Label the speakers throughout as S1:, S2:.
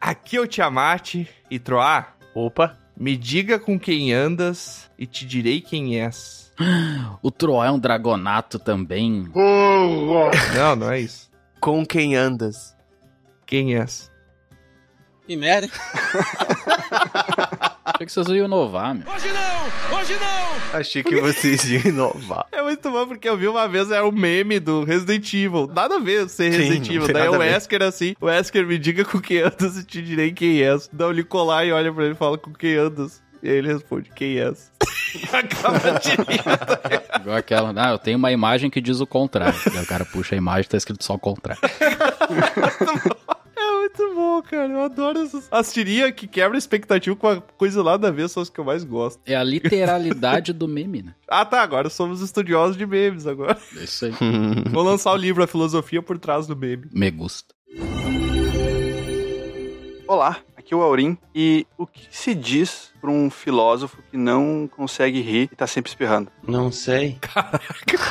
S1: Akio é Tiamat e Troá,
S2: Opa.
S1: me diga com quem andas e te direi quem és.
S3: O Troá é um dragonato também.
S1: Não, não é isso.
S2: Com quem andas?
S1: Quem és?
S4: Que merda.
S3: Achei que vocês iam inovar, meu.
S2: Achei que vocês iam inovar.
S1: É muito bom, porque eu vi uma vez, era o meme do Resident Evil. Nada a ver ser
S2: Sim,
S1: Resident
S2: não
S1: Evil.
S2: tem
S1: Daí
S2: nada
S1: o
S2: a ver.
S1: Wesker assim, o Wesker me diga com quem andas e te direi quem és. Dá o Nicolai e olha pra ele e fala com quem andas. E aí ele responde, quem és? Acaba de rir.
S3: Igual aquela. Ah, eu tenho uma imagem que diz o contrário. Daí o cara puxa a imagem e tá escrito só o contrário.
S1: É muito bom, cara. Eu adoro essas. As tirinhas que quebra a expectativa com a coisa lá da vez são as que eu mais gosto.
S3: É a literalidade do meme, né?
S1: Ah, tá. Agora somos estudiosos de memes agora.
S3: É isso aí.
S1: Vou lançar o livro A Filosofia por Trás do Meme.
S3: Me gusta.
S5: Olá, aqui é o Aurim. E o que se diz pra um filósofo que não consegue rir e tá sempre espirrando?
S6: Não sei.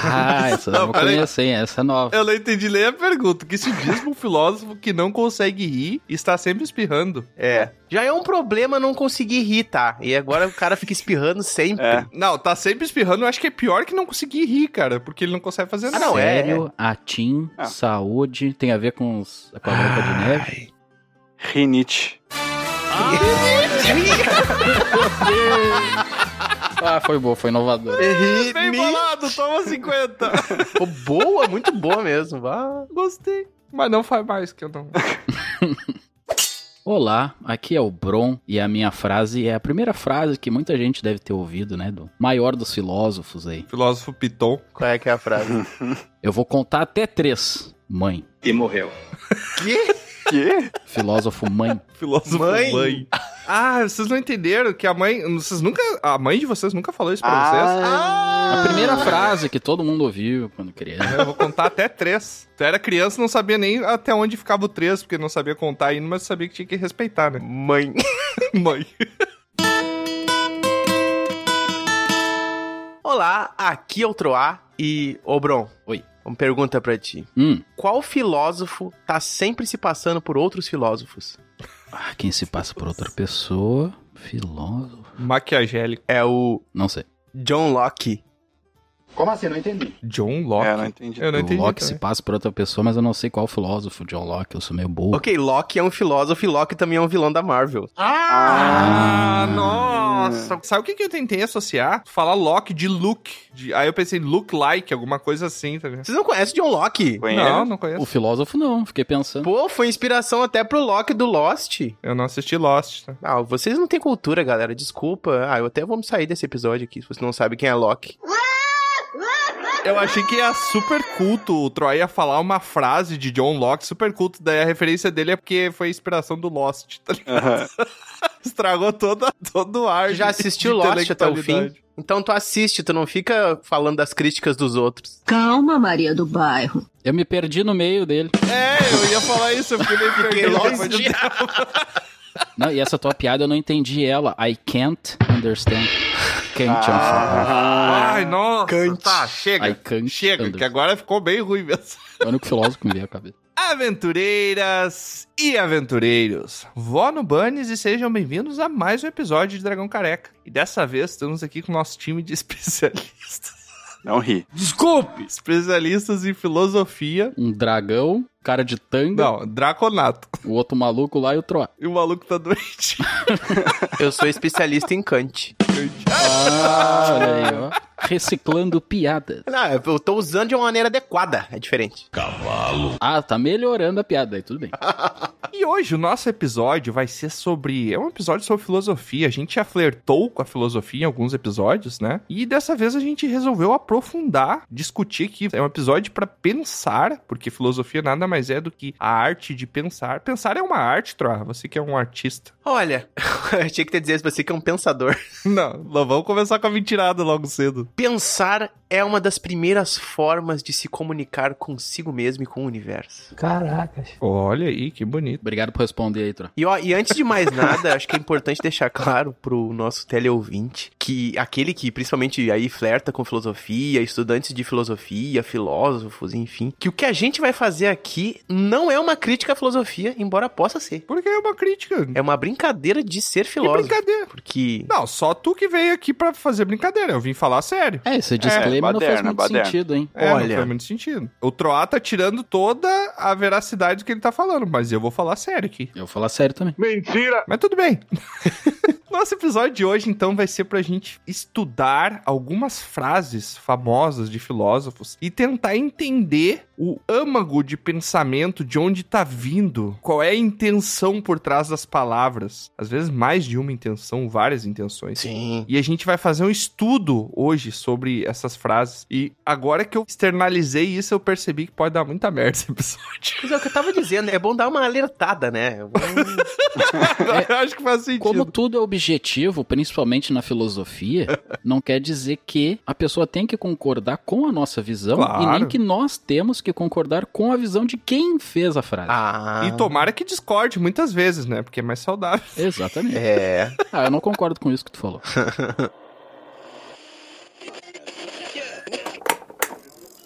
S3: Ah, essa eu
S1: Não,
S3: não
S1: peraí.
S3: conheço, hein? Essa é nova.
S1: Eu não entendi nem a pergunta. O que se diz pra um filósofo que não consegue rir e está sempre espirrando?
S2: É. Já é um problema não conseguir rir, tá? E agora o cara fica espirrando sempre.
S5: É.
S1: Não, tá sempre espirrando. Eu acho que é pior que não conseguir rir, cara. Porque ele não consegue fazer
S2: Ah,
S1: nada.
S2: não, é-
S3: Sério, atim,
S5: Ah.
S3: saúde, tem a ver com, os, com a branca de neve.
S5: Rinite.
S3: Ah, foi boa, foi inovador.
S1: Bem bolado, toma 50.
S2: Pô, boa, muito boa mesmo. vá.
S1: Gostei. Mas não faz mais que eu não.
S3: Olá, aqui é o Bron e a minha frase é a primeira frase que muita gente deve ter ouvido, né? Do maior dos filósofos aí.
S1: Filósofo Piton.
S2: Qual é que é a frase?
S3: Eu vou contar até três. Mãe.
S6: E morreu.
S5: Quê?
S3: Filósofo mãe.
S1: Filósofo
S2: Mãe.
S1: Ah, vocês não entenderam que a mãe. Vocês nunca. A mãe de vocês nunca falou isso pra vocês?
S5: Ah,
S3: A primeira frase que todo mundo ouviu quando criança.
S1: Eu vou contar até três. Tu era criança não sabia nem até onde ficava o três, porque não sabia contar ainda, mas sabia que tinha que respeitar, né?
S2: Mãe.
S1: Mãe.
S2: Olá, aqui é o Troá e... Ô, Bron.
S3: Oi.
S2: Uma pergunta pra ti.
S3: Hum.
S2: Qual filósofo tá sempre se passando por outros filósofos?
S3: Ah, quem se passa por outra pessoa. Filósofo.
S1: Maquiagélico.
S2: É o
S3: Não sei.
S2: John Locke.
S6: Como assim? Não entendi.
S1: John
S5: é,
S1: Locke.
S5: eu não entendi.
S1: Eu não
S3: o
S1: entendi.
S3: Locke
S1: também.
S3: se passa por outra pessoa, mas eu não sei qual filósofo. John Locke, eu sou meio burro.
S2: Ok, Locke é um filósofo e Locke também é um vilão da Marvel.
S1: Ah,
S3: Ah.
S1: nossa. Sabe o que, que eu tentei associar? Falar Locke de look. De... Aí eu pensei look like, alguma coisa assim, tá ligado?
S2: Vocês não conhecem John Locke?
S5: Conhece?
S1: Não, não conheço.
S3: O filósofo não, fiquei pensando.
S2: Pô, foi inspiração até pro Locke do Lost.
S1: Eu não assisti Lost, tá?
S2: Ah, vocês não têm cultura, galera. Desculpa. Ah, eu até vou me sair desse episódio aqui, se você não sabe quem é Locke.
S1: Eu achei que ia super culto o Troy ia falar uma frase de John Locke super culto, daí a referência dele é porque foi a inspiração do Lost, tá ligado?
S5: Aham.
S1: Estragou toda, todo o ar.
S2: Tu já
S1: de-
S2: assistiu
S1: de
S2: Lost até o
S1: intelectualidade.
S2: fim? Então tu assiste, tu não fica falando das críticas dos outros.
S7: Calma, Maria do Bairro.
S3: Eu me perdi no meio dele.
S1: É, eu ia falar isso, eu fiquei meio perdido.
S2: Lost.
S1: depois de-
S3: Não, e essa tua piada eu não entendi ela. I can't understand.
S1: é
S3: Can't
S1: um
S3: understand.
S5: Ah,
S1: Ai, nossa.
S2: Cante.
S1: Tá, Ah, chega.
S3: I can't
S1: Chega, que
S3: understand.
S1: agora ficou bem ruim mesmo.
S3: É o único filósofo que me veio à cabeça.
S1: Aventureiras e aventureiros, vó no Bunnies e sejam bem-vindos a mais um episódio de Dragão Careca. E dessa vez estamos aqui com o nosso time de especialistas.
S5: Não ri.
S3: Desculpe!
S1: Especialistas em filosofia.
S3: Um dragão, cara de tanga,
S1: Não, Draconato.
S3: o outro maluco lá e o Troá.
S1: E o maluco tá doente.
S2: Eu sou especialista em Kant.
S3: Ah, olha aí, ó. Reciclando piadas.
S2: Não, Ah, eu tô usando de uma maneira adequada. É diferente.
S3: Ah, tá melhorando a piada aí, tudo bem.
S1: E hoje o nosso episódio vai ser sobre. É um episódio sobre filosofia. A gente já flertou com a filosofia em alguns episódios, né? E dessa vez a gente resolveu aprofundar, discutir que é um episódio pra pensar, porque filosofia nada mais é do que a arte de pensar. Pensar é uma arte, Troa. Você que é um artista.
S2: Olha, eu tinha que ter dizer pra você que é um pensador.
S1: Não, não vamos começar com a mentirada logo cedo.
S2: Pensar é uma das primeiras formas de se comunicar consigo mesmo e com o universo.
S6: Caracas.
S1: Olha aí, que bonito.
S3: Obrigado por responder aí, Tro.
S2: E, ó, e antes de mais nada, acho que é importante deixar claro pro nosso teleouvinte que aquele que principalmente aí flerta com filosofia, estudantes de filosofia, filósofos, enfim, que o que a gente vai fazer aqui não é uma crítica à filosofia, embora possa ser.
S1: Porque é uma crítica.
S2: É uma brincadeira de ser
S1: que
S2: filósofo.
S1: brincadeira.
S2: Porque
S1: Não, só tu que veio aqui pra fazer brincadeira. Eu vim falar sério.
S3: É, esse disclaimer não faz
S5: baderna,
S3: muito
S5: baderna.
S3: sentido, hein?
S1: É,
S2: Olha.
S1: não faz muito sentido. O Troá tá tirando toda a veracidade do que ele tá falando, mas eu vou falar sério aqui.
S3: Eu vou falar sério também.
S1: Mas tudo bem. Nosso episódio de hoje, então, vai ser pra gente estudar algumas frases famosas de filósofos e tentar entender o âmago de pensamento, de onde tá vindo, qual é a intenção por trás das palavras. Às vezes, mais de uma intenção, várias intenções.
S2: sim,
S1: E a gente vai fazer um estudo hoje sobre essas frases. E agora que eu externalizei isso, eu percebi que pode dar muita merda esse episódio.
S2: mas é o que eu tava dizendo, é bom dar uma alertada, né? É bom-
S1: eu acho que faz sentido.
S3: Como tudo é objetivo, principalmente na filosofia, não quer dizer que a pessoa tem que concordar com a nossa visão e
S1: Claro.
S3: nem que nós temos que concordar com a visão de quem fez a frase.
S2: Ah,
S1: E tomara que discorde muitas vezes, né? Porque é mais saudável.
S3: Exatamente.
S2: é.
S3: Ah, eu não concordo com isso que tu falou.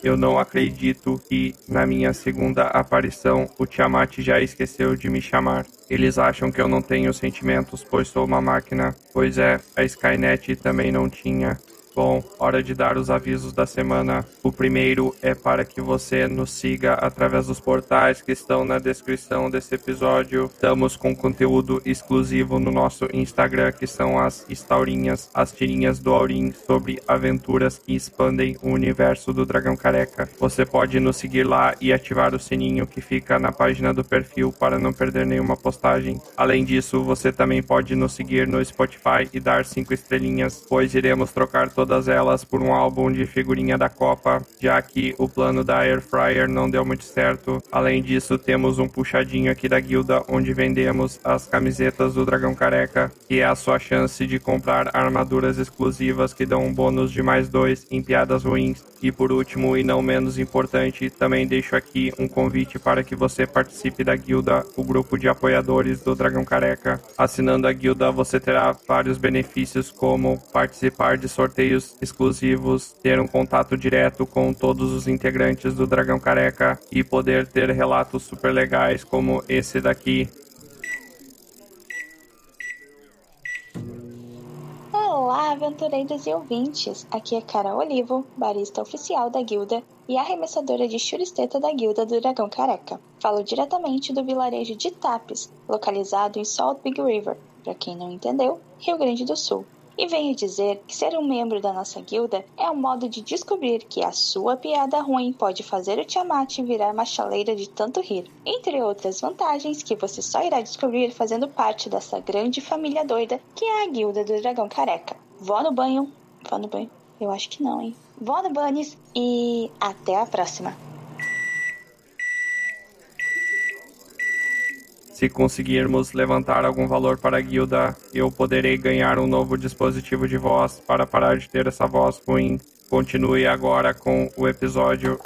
S8: Eu não acredito que, na minha segunda aparição, o Tiamat já esqueceu de me chamar. Eles acham que eu não tenho sentimentos, pois sou uma máquina. Pois é, a Skynet também não tinha. Bom, hora de dar os avisos da semana. O primeiro é para que você nos siga através dos portais que estão na descrição desse episódio. Estamos com conteúdo exclusivo no nosso Instagram, que são as estaurinhas, as tirinhas do Aurim sobre aventuras que expandem o universo do Dragão Careca. Você pode nos seguir lá e ativar o sininho que fica na página do perfil para não perder nenhuma postagem. Além disso, você também pode nos seguir no Spotify e dar cinco estrelinhas, pois iremos trocar todas elas por um álbum de figurinha da Copa, já que o plano da Air Fryer não deu muito certo. Além disso, temos um puxadinho aqui da guilda onde vendemos as camisetas do Dragão Careca, que é a sua chance de comprar armaduras exclusivas que dão um bônus de mais dois em piadas ruins. E por último, e não menos importante, também deixo aqui um convite para que você participe da guilda, o grupo de apoiadores do Dragão Careca. Assinando a guilda, você terá vários benefícios, como participar de sorteios exclusivos, ter um contato direto com todos os integrantes do Dragão Careca e poder ter relatos super legais como esse daqui.
S9: Olá, aventureiros e ouvintes! Aqui é Cara Olivo, barista oficial da guilda e arremessadora de churisteta da guilda do Dragão Careca. Falo diretamente do vilarejo de Tapes, localizado em Salt Big River, para quem não entendeu, Rio Grande do Sul. E venho dizer que ser um membro da nossa guilda é um modo de descobrir que a sua piada ruim pode fazer o Tiamat virar uma chaleira de tanto rir, entre outras vantagens que você só irá descobrir fazendo parte dessa grande família doida que é a guilda do dragão careca. Vó no banho. Vó no banho? Eu acho que não, hein? Vó no Bunnies e até a próxima!
S8: Se conseguirmos levantar algum valor para a guilda, eu poderei ganhar um novo dispositivo de voz para parar de ter essa voz ruim. Continue agora com o episódio.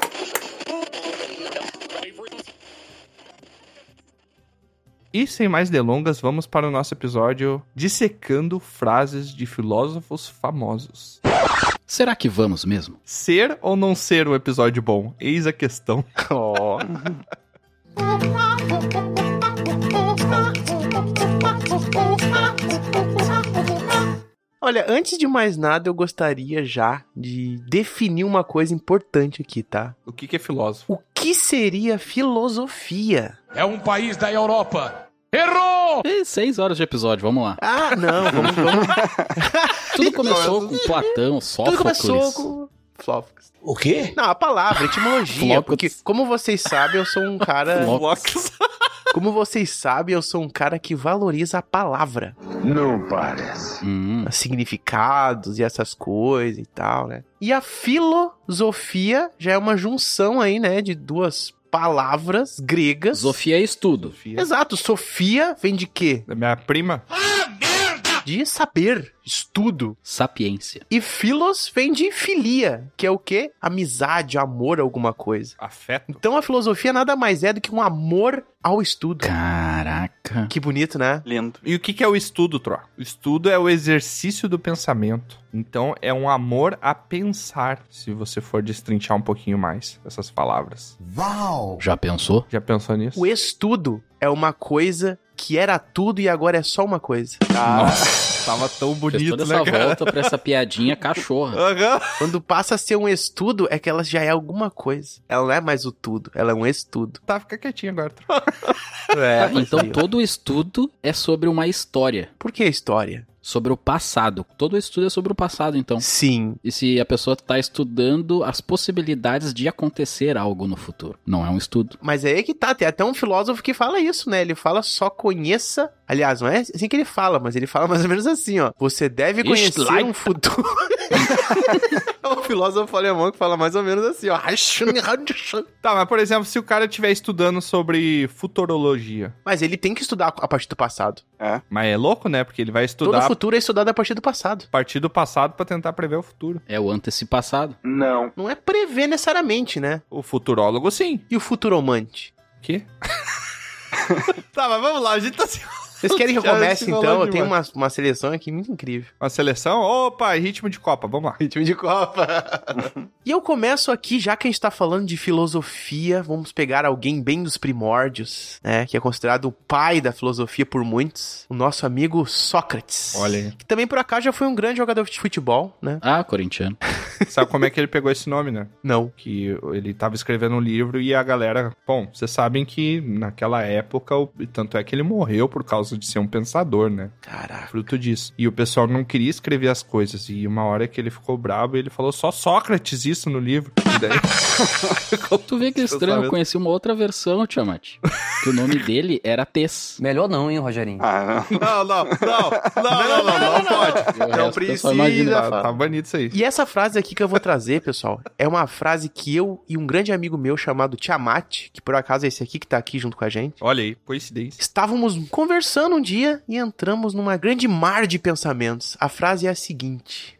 S1: E sem mais delongas, vamos para o nosso episódio dissecando frases de filósofos famosos.
S3: Será que vamos mesmo?
S1: Ser ou não ser um episódio bom? Eis a questão.
S2: Ó. Olha, antes de mais nada, eu gostaria já de definir uma coisa importante aqui, tá?
S1: O que, que é filósofo?
S2: O que seria filosofia?
S10: É um país da Europa. Errou!
S3: Ih, seis horas de episódio, vamos lá.
S2: Ah, não, vamos, vamos.
S3: Tudo começou com Platão,
S2: Tudo
S3: Sófocles.
S2: começou com Flófocles.
S6: O quê?
S2: Não, a palavra, a etimologia,
S3: Flócos.
S2: porque como vocês sabem, eu sou um cara,
S3: Fló-
S1: Locks.
S2: como vocês sabem, eu sou um cara que valoriza a palavra,
S6: Não parece.
S3: Hum,
S2: significados e essas coisas e tal, né? E a filosofia já é uma junção aí, né, de duas palavras gregas.
S3: Zofia é estudo.
S2: Exato, Sofia vem de quê?
S1: Da É minha prima?
S10: Ah, merda!
S2: de saber, estudo.
S3: Sapiência.
S2: E filos vem de filia, que é o quê? Amizade, amor, a alguma coisa.
S1: Afeto.
S2: Então a filosofia nada mais é do que um amor ao estudo.
S3: Caraca.
S2: Que bonito, né?
S5: Lindo.
S1: E o que, que é o estudo, Tro? O estudo é o exercício do pensamento. Então é um amor a pensar, se você for destrinchar um pouquinho mais essas palavras.
S3: Já pensou?
S1: Já pensou nisso?
S2: O estudo é uma coisa que era tudo e agora é só uma coisa.
S1: Nossa, tava tão
S3: Fez
S1: bonito,
S3: toda essa
S1: né, cara?
S3: volta pra essa piadinha cachorra.
S1: Aham.
S2: Quando passa a ser um estudo, é que ela já é alguma coisa. Ela não é mais o tudo, ela é um estudo.
S1: Tá, fica quietinho agora, Tro.
S2: É,
S3: Então todo estudo é sobre uma história,
S2: Por que a história?
S3: sobre o passado. Todo estudo é sobre o passado, então.
S2: Sim.
S3: E se a pessoa tá estudando as possibilidades de acontecer algo no futuro. Não é um estudo.
S2: Mas é aí que tá, tem até um filósofo que fala isso, né? Ele fala só conheça. Aliás, não é assim que ele fala, mas ele fala mais ou menos assim, ó. Você deve
S3: Ist
S2: conhecer
S3: like-
S1: tá.
S2: um futuro. é um filósofo alemão que fala mais ou menos assim, ó.
S1: Tá, mas por exemplo, se o cara estiver estudando sobre futurologia.
S2: Mas ele tem que estudar a partir do passado.
S1: Mas é louco, né? Porque ele vai
S2: Todo
S1: estudar
S2: futuro é estudado a partir do passado.
S1: a partir do passado pra tentar prever o futuro.
S3: É o antecipassado.
S6: Não.
S2: Não é prever necessariamente, né?
S1: O futurólogo, sim.
S2: E o futuromante?
S1: O quê? tá, mas vamos lá, a gente tá se
S2: Vocês querem que eu
S1: Já
S2: comece,
S1: se falou
S2: então? Eu tenho uma, uma seleção aqui muito incrível.
S1: Uma seleção? Opa, ritmo de Copa, vamos lá.
S2: Ritmo de Copa. e eu começo aqui, já que a gente tá falando de filosofia, vamos pegar alguém bem dos primórdios, né? Que é considerado o pai da filosofia por muitos, o nosso amigo Sócrates.
S1: Olha
S2: Que também, por acaso, já foi um grande jogador de futebol, né?
S3: Ah, corintiano.
S1: aí. Sabe como é que ele pegou esse nome, né?
S2: Não.
S1: Que ele tava escrevendo um livro e a galera. Bom, vocês sabem que naquela época, o- tanto é que ele morreu por causa de ser um pensador, né?
S2: Caraca.
S1: Fruto disso. E o pessoal não queria escrever as coisas. E uma hora que ele ficou bravo, ele falou só Sócrates isso no livro. E daí.
S3: Tu vê que
S1: Eu
S3: estranho,
S1: sabia.
S3: eu conheci uma outra versão, Tiamat. Que o nome dele era Tess.
S1: Né?
S11: Melhor não, hein, Rogerinho?
S5: Ah, não.
S1: Não, não, não, não, não, não, não, pode.
S3: E o resto, eu só imagino. né?
S1: Tá, tá banido isso aí.
S2: E essa frase aqui que eu vou trazer, pessoal, é uma frase que eu e um grande amigo meu chamado Tiamat, que por acaso é esse aqui que tá aqui junto com a gente,
S1: Olha aí, coincidência.
S2: Estávamos conversando um dia e entramos numa grande mar de pensamentos. A frase é a seguinte: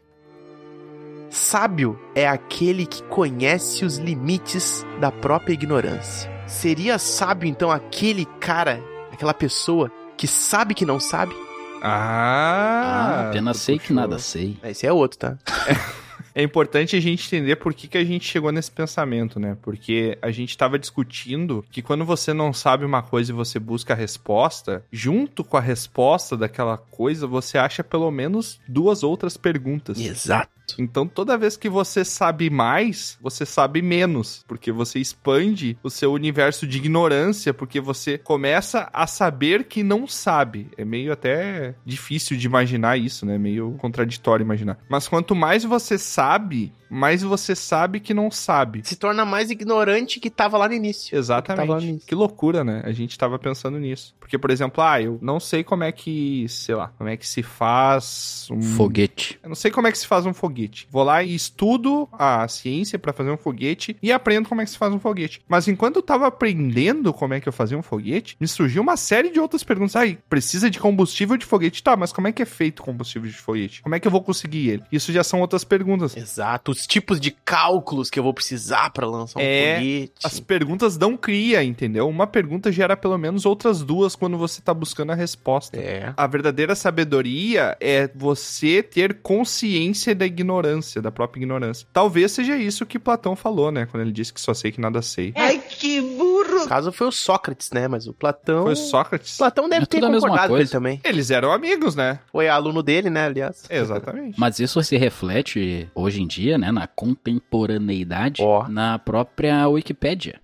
S2: Sábio é aquele que conhece os limites da própria ignorância. Seria sábio então aquele cara, aquela pessoa que sabe que não sabe?
S1: Ah,
S3: Ah, apenas sei que nada sei.
S2: É, Esse é outro, tá?
S1: É importante a gente entender por que, que a gente chegou nesse pensamento, né? Porque a gente estava discutindo que quando você não sabe uma coisa e você busca a resposta, junto com a resposta daquela coisa, você acha pelo menos duas outras perguntas.
S2: Exato.
S1: Então, toda vez que você sabe mais, você sabe menos, porque você expande o seu universo de ignorância, porque você começa a saber que não sabe. É meio até difícil de imaginar isso, né? Meio contraditório imaginar. Mas quanto mais você sabe, mais você sabe que não sabe.
S2: Se torna mais ignorante que tava lá no início. Tava
S1: Exatamente.
S2: nisso.
S1: Que loucura, né? A gente tava pensando nisso. Porque, por exemplo, ah, eu não sei como é que, sei lá, como é que se faz um
S3: Foguete.
S1: eu não sei como é que se faz um foguete. Vou lá e estudo a ciência pra fazer um foguete e aprendo como é que se faz um foguete. Mas enquanto eu tava aprendendo como é que eu fazia um foguete, me surgiu uma série de outras perguntas. Ai, precisa de combustível de foguete? Tá, mas como é que é feito o combustível de foguete? Como é que eu vou conseguir ele? Isso já são outras perguntas.
S2: Exato. Os tipos de cálculos que eu vou precisar pra lançar um
S1: É,
S2: foguete.
S1: As perguntas dão cria, entendeu? Uma pergunta gera pelo menos outras duas quando você tá buscando a resposta.
S2: É.
S1: A verdadeira sabedoria é você ter consciência da ignorância, da própria ignorância. Talvez seja isso que Platão falou, né? Quando ele disse que só sei que nada sei.
S2: É, No caso foi o Sócrates, né? Mas o Platão.
S1: Foi Sócrates.
S2: Platão deve
S3: É
S2: ter
S3: tudo a mesma
S2: concordado com ele
S3: coisa.
S2: também.
S1: Eles eram amigos, né?
S2: Foi aluno dele, né, aliás.
S1: Exatamente.
S3: Mas isso se reflete hoje em dia, né, na contemporaneidade,
S2: Ó.
S3: na própria Wikipédia.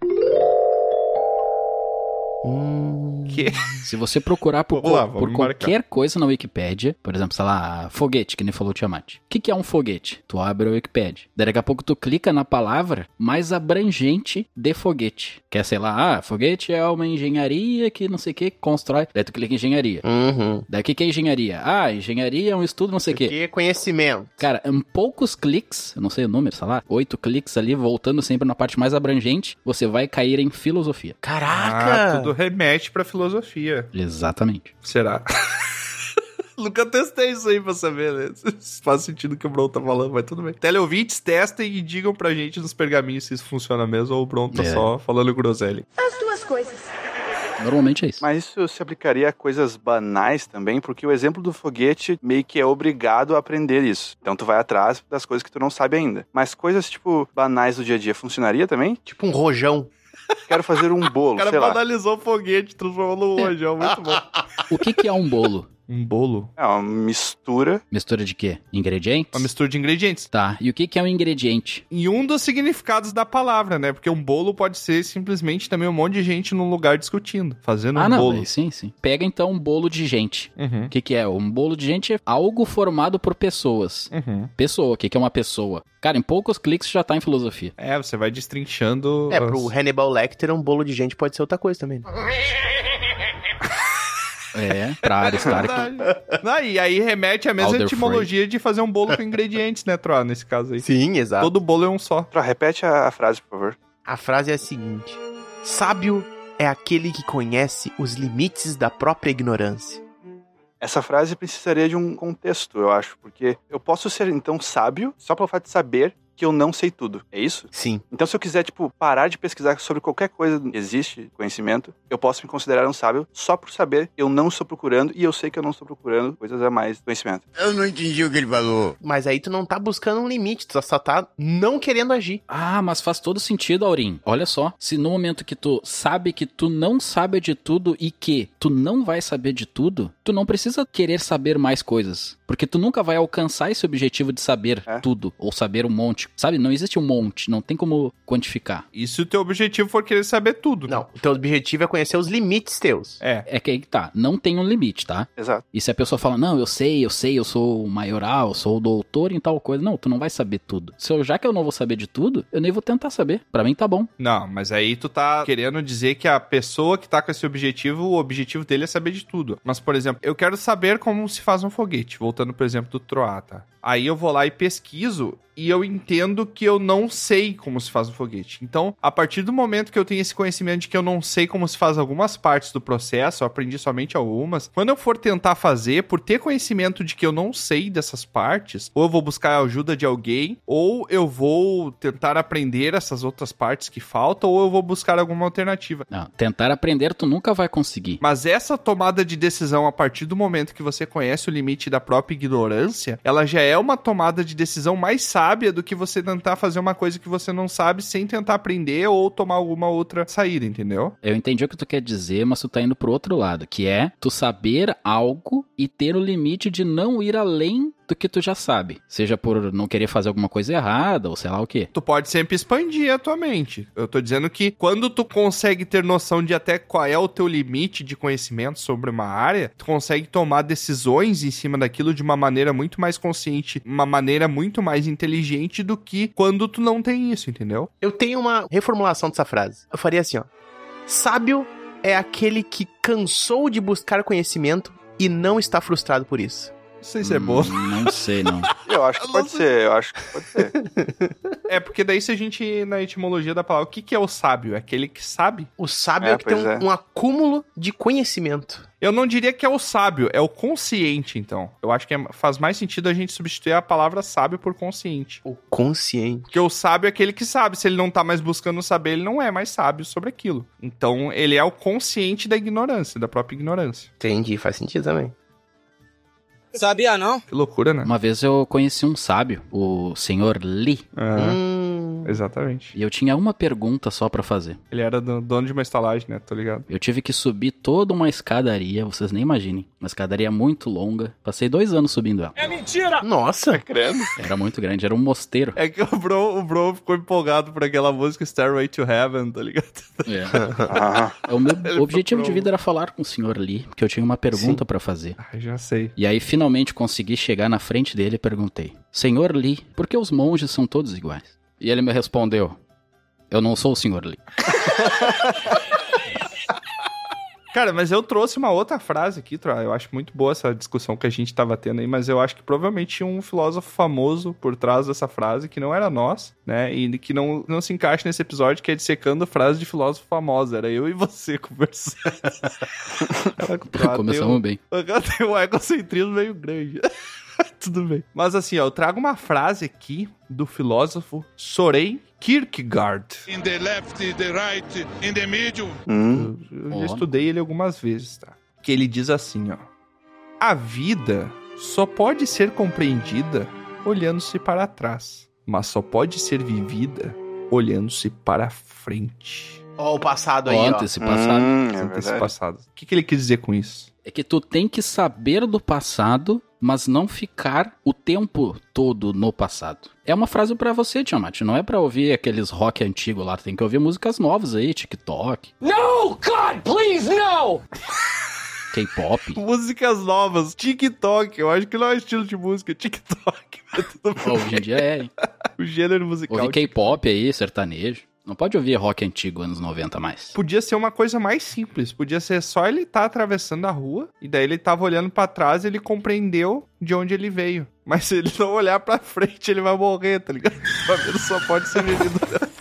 S2: Hum,
S3: Se você procurar por,
S1: Vamos lá,
S3: por
S1: vamos marcar.
S3: qualquer coisa na Wikipédia, por exemplo, sei lá, foguete, que nem falou o Tiamat. O que, que é um foguete? Tu abre a Wikipédia. Daí daqui a pouco tu clica na palavra mais abrangente de foguete. Que é, sei lá, ah, foguete é uma engenharia que não sei o que constrói. Daí tu clica em engenharia.
S2: Uhum.
S3: Daí o que, que é engenharia? Ah, engenharia é um estudo não sei o que.
S2: Que conhecimento.
S3: Cara, em poucos cliques, eu não sei o número, sei lá, oito cliques ali, voltando sempre na parte mais abrangente, você vai cair em filosofia.
S1: Ah,
S2: Caraca!
S1: tudo remete pra filosofia.
S3: Exatamente.
S1: Será? Nunca testei isso aí pra saber, né? Se Faz sentido o que o Bron tá falando, mas tudo bem. Teleouvintes, testem e digam pra gente nos pergaminhos se isso funciona mesmo ou o Bron tá
S3: É.
S1: só falando groselha.
S11: As duas coisas.
S3: Normalmente é isso.
S5: Mas isso se aplicaria a coisas banais também, porque o exemplo do foguete meio que é obrigado a aprender isso. Então tu vai atrás das coisas que tu não sabe ainda. Mas coisas tipo banais do dia a dia funcionaria também?
S2: Tipo um rojão.
S5: Quero fazer um
S1: O
S5: bolo,
S1: cara
S5: sei lá.
S1: banalizou o foguete, transformou no rojão, muito bom.
S3: O que, que é um bolo?
S1: Um bolo?
S5: É uma mistura.
S3: Mistura de quê? Ingredientes?
S1: Uma mistura de ingredientes.
S3: Tá. E o que, que é um ingrediente?
S1: E um dos significados da palavra, né? Porque um bolo pode ser simplesmente também um monte de gente num lugar discutindo, fazendo
S3: ah,
S1: um
S3: não.
S1: bolo.
S3: é- Sim, sim. Pega então um bolo de gente.
S1: Uhum.
S3: O que, que é? Um bolo de gente é algo formado por pessoas.
S1: Uhum.
S3: Pessoa, o que, que é uma pessoa? Cara, em poucos cliques já tá em filosofia.
S1: É, você vai destrinchando.
S2: É,
S1: as-
S2: pro Hannibal Lecter, um bolo de gente pode ser outra coisa também. né?
S3: É, pra Aristarco.
S1: Não, e aí remete à mesma
S3: Alder
S1: etimologia de fazer um bolo com ingredientes, né, Troa? Nesse caso aí.
S2: Sim, tá. exato.
S1: Todo bolo é um só.
S5: Tro, repete a, a frase, por favor.
S2: A frase é a seguinte: Sábio é aquele que conhece os limites da própria ignorância.
S5: Essa frase precisaria de um contexto, eu acho, porque eu posso ser então sábio só pelo fato de saber que eu não sei tudo. É isso?
S2: Sim.
S5: Então, se eu quiser, tipo, parar de pesquisar sobre qualquer coisa que existe, conhecimento, eu posso me considerar um sábio só por saber eu não estou procurando e eu sei que eu não estou procurando coisas a mais conhecimento.
S12: Eu não entendi o que ele falou.
S2: Mas aí tu não tá buscando um limite, tu só tá não querendo agir.
S3: Ah, mas faz todo sentido, Aurim. Olha só, se no momento que tu sabe que tu não sabe de tudo e que tu não vai saber de tudo, tu não precisa querer saber mais coisas, porque tu nunca vai alcançar esse objetivo de saber
S5: É.
S3: tudo ou saber um monte. Sabe? Não existe um monte, não tem como quantificar.
S1: E se o teu objetivo for querer saber tudo? né?
S2: Não, o teu objetivo é conhecer os limites teus.
S1: É.
S3: É que aí que tá, não tem um limite, tá?
S5: Exato.
S3: E se a pessoa fala, não, eu sei, eu sei, eu sou o maioral, eu sou o doutor em tal coisa. Não, tu não vai saber tudo. Se eu, já que eu não vou saber de tudo, eu nem vou tentar saber. Pra mim tá bom.
S1: Não, mas aí tu tá querendo dizer que a pessoa que tá com esse objetivo, o objetivo dele é saber de tudo. Mas, por exemplo, eu quero saber como se faz um foguete, voltando, por exemplo, do Troata. Aí eu vou lá e pesquiso e eu entendo que eu não sei como se faz um foguete. Então, a partir do momento que eu tenho esse conhecimento de que eu não sei como se faz algumas partes do processo, eu aprendi somente algumas, quando eu for tentar fazer, por ter conhecimento de que eu não sei dessas partes, ou eu vou buscar a ajuda de alguém, ou eu vou tentar aprender essas outras partes que faltam, ou eu vou buscar alguma alternativa.
S3: Não, Ah, tentar aprender tu nunca vai conseguir.
S1: Mas essa tomada de decisão a partir do momento que você conhece o limite da própria ignorância, ela já é uma tomada de decisão mais sábia do que você tentar fazer uma coisa que você não sabe sem tentar aprender ou tomar alguma outra saída, entendeu?
S3: Eu entendi o que tu quer dizer, mas tu tá indo pro outro lado, que é tu saber algo e ter o limite de não ir além do que tu já sabe. Seja por não querer fazer alguma coisa errada ou sei lá o quê.
S1: Tu pode sempre expandir a tua mente. Eu tô dizendo que quando tu consegue ter noção de até qual é o teu limite de conhecimento sobre uma área, tu consegue tomar decisões em cima daquilo de uma maneira muito mais consciente, uma maneira muito mais inteligente do que quando tu não tem isso, entendeu?
S2: Eu tenho uma reformulação dessa frase. Eu faria assim, ó. Sábio é aquele que cansou de buscar conhecimento e não está frustrado por isso.
S1: Não sei se é
S3: Hum,
S1: bom.
S3: Não sei, não.
S5: Eu acho que pode ser, eu acho que pode ser.
S1: É, porque daí se a gente, ir na etimologia da palavra, o que, que é o sábio? É aquele que sabe?
S2: O sábio é,
S5: É,
S2: que tem
S5: pois
S2: um,
S5: é.
S2: um acúmulo de conhecimento.
S1: Eu não diria que é o sábio, é o consciente, então. Eu acho que é- faz mais sentido a gente substituir a palavra sábio por consciente.
S2: O consciente.
S1: Porque o sábio é aquele que sabe. Se ele não tá mais buscando saber, ele não é mais sábio sobre aquilo. Então, ele é o consciente da ignorância, da própria ignorância.
S2: Entendi, faz sentido também.
S4: Sabia não?
S1: Que loucura, né?
S3: Uma vez eu conheci um sábio, o senhor Lee,
S1: Ah,
S2: Hum,
S1: Exatamente.
S3: e eu tinha uma pergunta só pra fazer.
S1: Ele era do- dono de uma estalagem, né? Tô ligado.
S3: Eu tive que subir toda uma escadaria, vocês nem imaginem. Uma escadaria muito longa. Passei dois anos subindo ela.
S2: nossa,
S5: Credo.
S3: Era muito grande, era um mosteiro.
S1: É que o Bro, o bro ficou empolgado por aquela música Stairway to Heaven, tá ligado?
S3: É.
S5: Ah,
S3: O meu
S1: Ele
S3: objetivo de
S1: procurou.
S3: vida era falar com o senhor Lee, porque eu tinha uma pergunta pra fazer.
S1: Ah, já sei.
S3: E aí finalmente consegui chegar na frente dele e perguntei: Senhor Lee, por que os monges são todos iguais? E ele me respondeu: Eu não sou o senhor Lee.
S1: Cara, mas eu trouxe uma outra frase aqui, Troa. Eu acho muito boa essa discussão que a gente tava tendo aí, mas eu acho que provavelmente tinha um filósofo famoso por trás dessa frase, que não era nós, né? E que não, não se encaixa nesse episódio, que é dissecando frase de filósofo famosa. Era eu e você conversando.
S3: Troá, Começamos
S1: um,
S3: bem.
S1: Tem um egocentrismo meio grande. Tudo bem. Mas assim, ó, eu trago uma frase aqui do filósofo Soren Kierkegaard.
S10: In the left, in the right, in the middle.
S1: Hum. Eu, eu já estudei ele algumas vezes, tá? Que ele diz assim, ó: A vida só pode ser compreendida olhando-se para trás, mas só pode ser vivida olhando-se para frente.
S2: Ó, o passado
S3: Ó,
S2: aí, ó.
S3: antecipaçado.
S5: Hum, é verdade.
S1: Antecipaçado. O que, que ele quis dizer com isso?
S3: É que tu tem que saber do passado, mas não ficar o tempo todo no passado. É uma frase pra você, Tiamat. Não é pra ouvir aqueles rock antigo lá. Tem que ouvir músicas novas aí, TikTok,
S10: No, God, please, no!
S3: K-pop.
S1: Músicas novas, TikTok. Eu acho que não é estilo de música, TikTok. mas tudo
S3: Pô, Hoje em dia é, hein?
S1: bem. O gênero musical.
S3: Ouvir K-pop aí, sertanejo. Não pode ouvir rock antigo anos 90 mais.
S1: Podia ser uma coisa mais simples. Podia ser só ele tá atravessando a rua e daí ele tava olhando pra trás e ele compreendeu de onde ele veio. Mas se ele não olhar pra frente, ele vai morrer, tá ligado? A vida só pode ser vivido pra frente.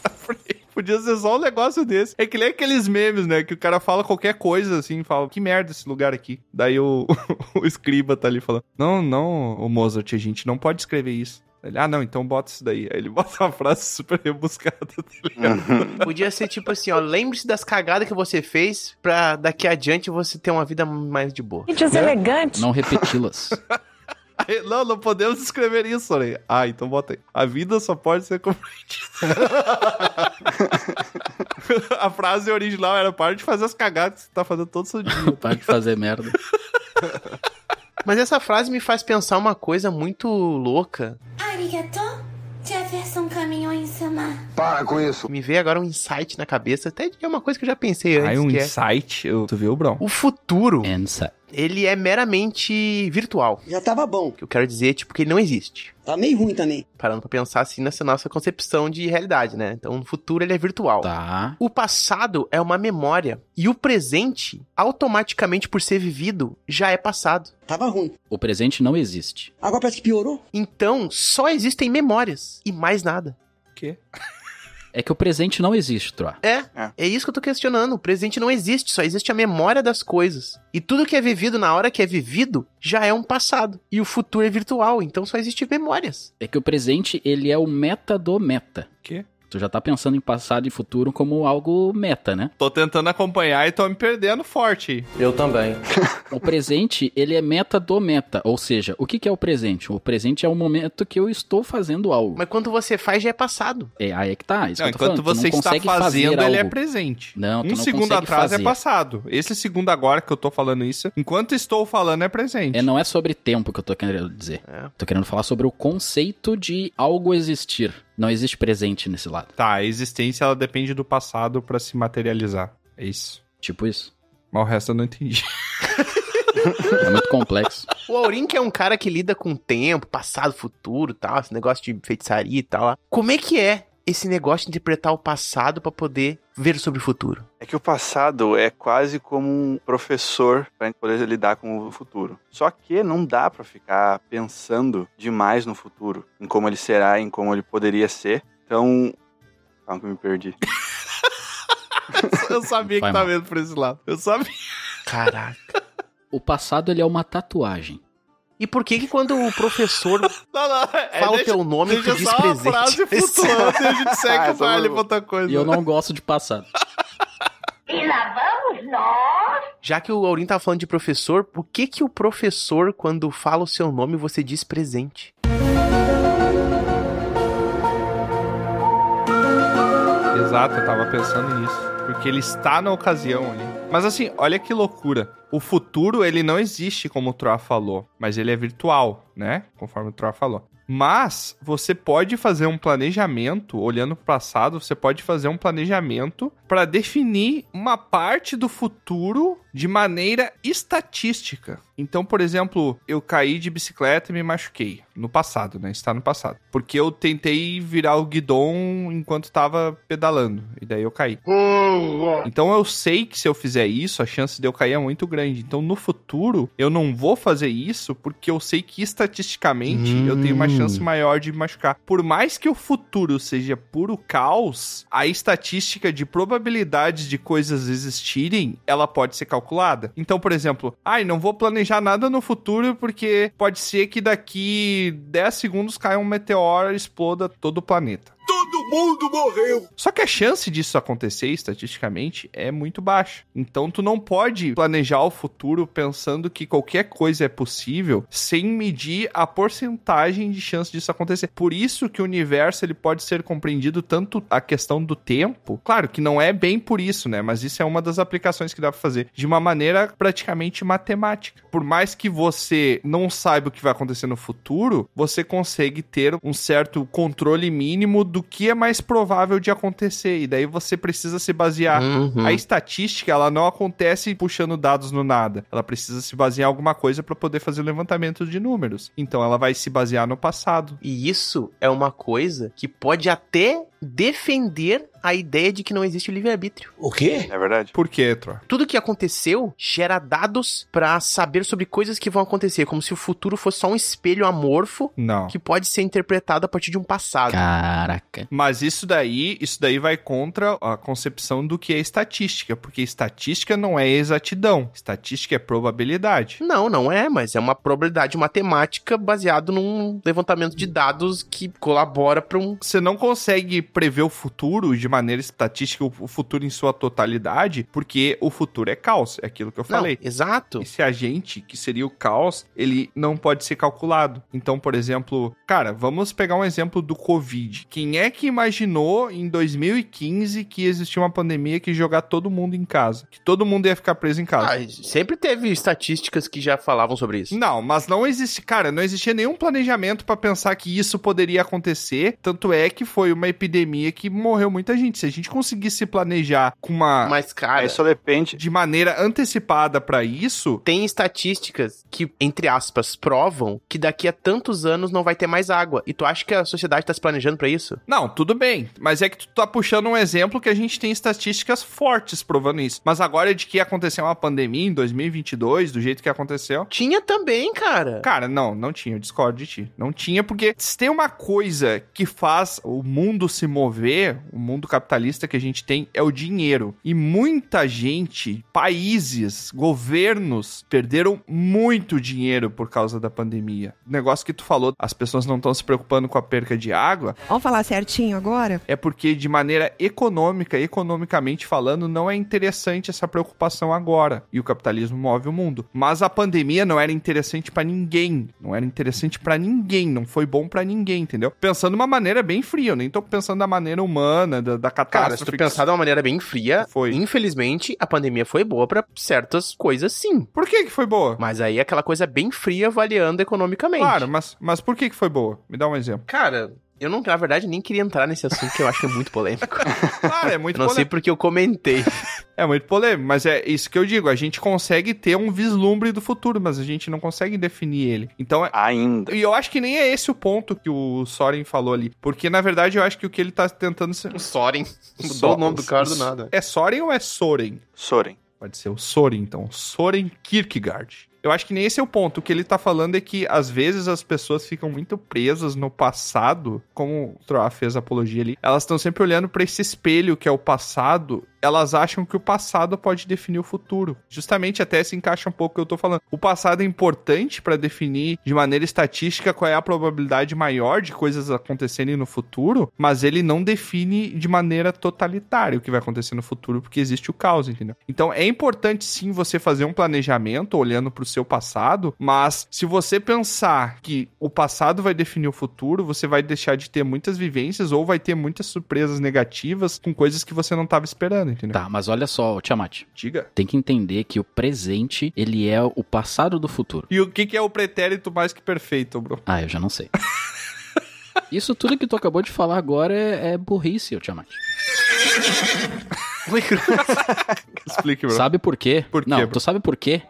S1: Podia ser só um negócio desse. É que nem aqueles memes, né? Que o cara fala qualquer coisa assim, fala, que merda esse lugar aqui. Daí o, o escriba tá ali falando: Não, não, o Mozart, a gente não pode escrever isso. Ele, ah, não, então bota isso daí. Aí ele bota uma frase super rebuscada, tá ligado?
S5: Uhum.
S2: Podia ser tipo assim, ó, lembre-se das cagadas que você fez pra daqui adiante você ter uma vida mais de boa.
S3: Não repeti-las.
S1: Aí, Não, não podemos escrever isso, Soren. Ah, então bota aí. A vida só pode ser compreendida. a frase original era para de fazer as cagadas que você tá fazendo todo seu dia.
S3: Para de fazer merda.
S2: Mas essa frase me faz pensar uma coisa muito louca.
S11: Arigato, Jefferson Caminhões-sama.
S6: Para com isso.
S2: Me veio agora um insight na cabeça, até que é uma coisa que eu já pensei antes,
S1: Aí um
S2: que é
S1: insight, eu- tu viu, Brão?
S2: o futuro,
S3: Ensa.
S2: ele é meramente virtual.
S6: Já tava bom.
S2: O que eu quero dizer é tipo que ele não existe.
S6: Tá meio ruim também.
S2: Parando pra pensar assim nessa nossa concepção de realidade, né? Então, o futuro ele é virtual.
S3: Tá.
S2: O passado é uma memória e o presente, automaticamente por ser vivido, já é passado.
S6: Tava ruim.
S3: O presente não existe.
S6: Agora parece que piorou.
S2: Então, só existem memórias e mais nada.
S1: O quê?
S3: É que o presente não existe, Troa.
S2: É,
S5: É.
S2: é, isso que eu tô questionando. O presente não existe, só existe a memória das coisas. E tudo que é vivido na hora que é vivido já é um passado. E o futuro é virtual, então só existe memórias.
S3: É que o presente, ele é o meta do meta.
S1: Quê?
S3: Tu já tá pensando em passado e futuro como algo meta, né?
S1: Tô tentando acompanhar e tô me perdendo forte.
S13: Eu também.
S3: O presente, ele é meta do meta. Ou seja, o que, que é o presente? O presente é o momento que eu estou fazendo algo.
S2: Mas quando você faz, já é passado.
S3: É, aí é que tá. é Isso
S1: Não,
S3: que eu tô
S1: enquanto
S3: falando. Tu
S1: você
S3: não
S1: está
S3: consegue fazer
S1: fazendo, ele é
S3: algo.
S1: presente.
S3: Não, tu
S1: um
S3: não
S1: segundo
S3: consegue
S1: atrás
S3: fazer.
S1: é passado. Esse segundo agora que eu tô falando isso, enquanto estou falando é presente.
S3: É, não é sobre tempo que eu tô querendo dizer.
S2: É.
S3: Tô querendo falar sobre o conceito de algo existir. Não existe presente nesse lado.
S1: Tá, a existência ela depende do passado pra se materializar. É isso.
S3: Tipo isso.
S1: Mas o resto eu não entendi.
S3: É muito complexo.
S2: O Aurim, que é um cara que lida com o tempo, passado, futuro e tal, esse negócio de feitiçaria e tal. lá. Como é que é esse negócio de interpretar o passado pra poder ver sobre o futuro?
S5: É que o passado é quase como um professor para gente poder lidar com o futuro. Só que não dá para ficar pensando demais no futuro, em como ele será, em como ele poderia ser. Então, calma que eu me perdi.
S1: Eu sabia
S3: Vai
S1: que tava
S3: mal.
S1: indo por esse lado. Eu sabia.
S2: Caraca.
S3: O passado, ele é uma tatuagem.
S2: E por que que quando o professor
S1: Não, não. É,
S2: fala o
S1: deixa,
S2: teu nome e tu
S1: deixa
S2: diz
S1: só uma
S2: presente? é
S1: frase flutuando e a gente segue
S5: Ah,
S1: o baile
S5: tá bom.
S1: pra outra coisa.
S3: E eu não gosto de passado.
S11: E lá vamos nós.
S2: Já que o Aurim tá falando de professor, por que que o professor, quando fala o seu nome, você diz presente?
S1: Exato, eu tava pensando nisso. Porque ele está na ocasião ali. Mas assim, olha que loucura. O futuro, ele não existe, como o Troa falou. Mas ele é virtual, né? Conforme o Troa falou. Mas você pode fazer um planejamento, olhando pro passado, você pode fazer um planejamento para definir uma parte do futuro de maneira estatística. Então, por exemplo, eu caí de bicicleta e me machuquei. No passado, né? Está no passado. Porque eu tentei virar o guidon enquanto tava pedalando. E daí eu caí. Então eu sei que se eu fizer isso, a chance de eu cair é muito grande. Então no futuro, eu não vou fazer isso porque eu sei que estatisticamente
S13: Hum.
S1: eu tenho uma chance maior de me machucar. Por mais que o futuro seja puro caos, a estatística de probabilidades de coisas existirem, ela pode ser calculada. Então, por exemplo, ai, não vou planejar nada no futuro porque pode ser que daqui 10 segundos caia um meteoro e exploda todo o planeta. Todo mundo morreu! Só que a chance disso acontecer estatisticamente é muito baixa. Então tu não pode planejar o futuro pensando que qualquer coisa é possível sem medir a porcentagem de chance disso acontecer. Por isso que o universo ele pode ser compreendido tanto a questão do tempo. Claro que não é bem por isso, né? Mas isso é uma das aplicações que dá pra fazer de uma maneira praticamente matemática. Por mais que você não saiba o que vai acontecer no futuro, você consegue ter um certo controle mínimo do que é mais provável de acontecer. E daí você precisa se basear.
S2: Uhum.
S1: A estatística, ela não acontece puxando dados no nada. Ela precisa se basear em alguma coisa para poder fazer o levantamento de números. Então ela vai se basear no passado.
S2: E isso é uma coisa que pode até defender a ideia de que não existe o livre-arbítrio.
S1: O quê?
S5: É verdade.
S1: Por quê, Tro?
S2: Tudo que aconteceu gera dados pra saber sobre coisas que vão acontecer, como se o futuro fosse só um espelho amorfo
S1: Não.
S2: que pode ser interpretado a partir de um passado.
S3: Caraca.
S1: Mas isso daí, isso daí vai contra a concepção do que é estatística, porque estatística não é exatidão, estatística é probabilidade.
S2: Não, não é, mas é uma probabilidade matemática baseado num levantamento de dados que colabora pra um
S1: Você não consegue prever o futuro de maneira estatística, o o futuro em sua totalidade, porque o futuro é caos, é aquilo que eu
S2: Não,
S1: falei.
S2: exato.
S1: Esse agente, que seria o caos, ele não pode ser calculado. Então, por exemplo, cara, vamos pegar um exemplo do Covid. Quem é que imaginou em 2015 que existia uma pandemia que ia jogar todo mundo em casa? Que todo mundo ia ficar preso em casa?
S2: Ah, sempre teve estatísticas que já falavam sobre isso.
S1: Não, mas não existe, cara, não existia nenhum planejamento pra pensar que isso poderia acontecer. Tanto é que foi uma epidemia que morreu muita gente. Se a gente conseguisse planejar com uma
S2: Mas, cara,
S5: Aí só depende.
S1: de maneira antecipada pra isso,
S2: tem estatísticas que, entre aspas, provam que daqui a tantos anos não vai ter mais água. E tu acha que a sociedade tá se planejando pra isso?
S1: não, tudo bem, mas é que tu tá puxando um exemplo que a gente tem estatísticas fortes provando isso. Mas agora de que aconteceu uma pandemia em 2022, do jeito que aconteceu,
S2: Tinha também, cara.
S1: Cara, não, não tinha, eu discordo de ti. Não tinha, porque se tem uma coisa que faz o mundo se mover, o mundo capitalista que a gente tem, é o dinheiro. E muita gente, países, governos, perderam muito dinheiro por causa da pandemia. O negócio que tu falou, as pessoas não estão se preocupando com a perca de água,
S14: Vamos falar certinho agora?
S1: é porque de maneira econômica, economicamente falando, não é interessante essa preocupação agora. E o capitalismo move o mundo. Mas a pandemia não era interessante pra ninguém, não era interessante pra ninguém, não foi bom pra ninguém, entendeu? Pensando de uma maneira bem fria, eu nem tô pensando da maneira humana, da, da catástrofe.
S2: Cara, se tu
S1: que-
S2: pensar de uma maneira bem fria,
S1: Foi.
S2: infelizmente a pandemia foi boa pra certas coisas sim.
S1: Por que que foi boa?
S2: Mas aí é aquela coisa bem fria avaliando economicamente.
S1: Claro, mas, mas por que que foi boa? Me dá um exemplo.
S2: Cara, eu não, na verdade, nem queria entrar nesse assunto que eu acho que é muito polêmico.
S1: Claro, é muito
S2: não sei porque eu comentei.
S1: É muito polêmico, mas é isso que eu digo. A gente consegue ter um vislumbre do futuro, mas a gente não consegue definir ele. Então, é-
S5: Ainda.
S1: e eu acho que nem é esse o ponto que o Soren falou ali. Porque, na verdade, eu acho que o que ele tá tentando... se-
S2: O Soren. Mudou
S1: So-
S2: o nome do cara do nada.
S1: É Soren ou é Soren?
S5: Soren.
S1: Pode ser o Soren, então. Soren Kierkegaard. Eu acho que nem esse é o ponto. O que ele tá falando é que, às vezes, as pessoas ficam muito presas no passado, como o Troá fez a apologia ali. Elas estão sempre olhando pra esse espelho que é o passado. Elas acham que o passado pode definir o futuro. Justamente até se encaixa um pouco o que eu tô falando. O passado é importante pra definir de maneira estatística qual é a probabilidade maior de coisas acontecerem no futuro, mas ele não define de maneira totalitária o que vai acontecer no futuro, porque existe o caos, entendeu? Então é importante sim você fazer um planejamento olhando pro seu passado, mas se você pensar que o passado vai definir o futuro, você vai deixar de ter muitas vivências ou vai ter muitas surpresas negativas com coisas que você não estava esperando, entendeu?
S3: Tá, mas olha só, ô, Tiamat.
S1: Diga.
S3: Tem que entender que o presente, ele é o passado do futuro.
S1: E o que, que é o pretérito mais que perfeito, bro?
S3: Ah, eu já não sei. Isso tudo que tu acabou de falar agora é, é burrice, ô Tiamat.
S1: Explique, bro.
S3: Sabe por quê?
S1: Por quê,
S3: Não,
S1: bro?
S3: tu sabe por quê?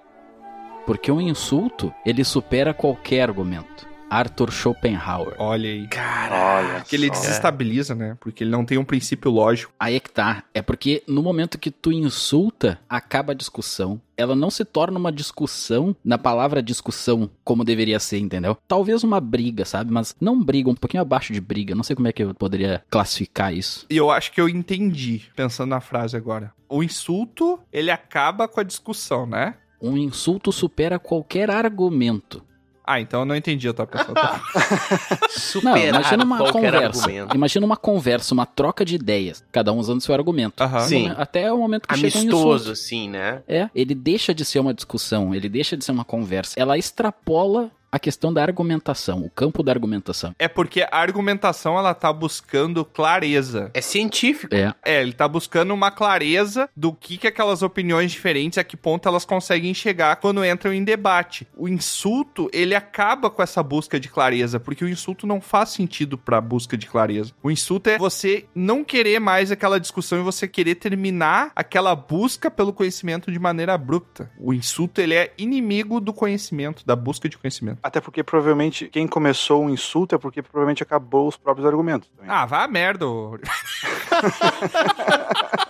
S3: Porque um insulto, ele supera qualquer argumento. Arthur Schopenhauer.
S1: Olha aí.
S2: Cara,
S1: que ele desestabiliza, né? Porque ele não tem um princípio lógico.
S3: Aí é que tá. É porque no momento que tu insulta, acaba a discussão. Ela não se torna uma discussão na palavra discussão como deveria ser, entendeu? Talvez uma briga, sabe? Mas não briga, um pouquinho abaixo de briga. Não sei como é que eu poderia classificar isso.
S1: E eu acho que eu entendi, pensando na frase agora. O insulto, ele acaba com a discussão, né?
S3: Um insulto supera qualquer argumento.
S1: Ah, então eu não entendi a tua pessoa.
S3: Não,
S2: Superar
S3: imagina uma
S2: qualquer
S3: conversa.
S2: argumento.
S3: Imagina uma conversa, uma troca de ideias, cada um usando seu argumento.
S1: Aham.
S2: Sim.
S3: né? Até o momento que chega um insulto.
S2: Amistoso, sim, né?
S3: É, ele deixa de ser uma discussão, ele deixa de ser uma conversa. Ela extrapola a questão da argumentação, o campo da argumentação.
S1: É porque a argumentação, ela tá buscando clareza.
S2: É científico.
S3: É.
S1: É, ele tá buscando uma clareza do que que aquelas opiniões diferentes, a que ponto elas conseguem chegar quando entram em debate. O insulto, ele acaba com essa busca de clareza, porque o insulto não faz sentido pra busca de clareza. O insulto é você não querer mais aquela discussão e você querer terminar aquela busca pelo conhecimento de maneira abrupta. O insulto, ele é inimigo do conhecimento, da busca de conhecimento.
S5: Até porque provavelmente quem começou o insulto é porque provavelmente acabou os próprios argumentos. também.
S1: Ah, vá a merda. ô.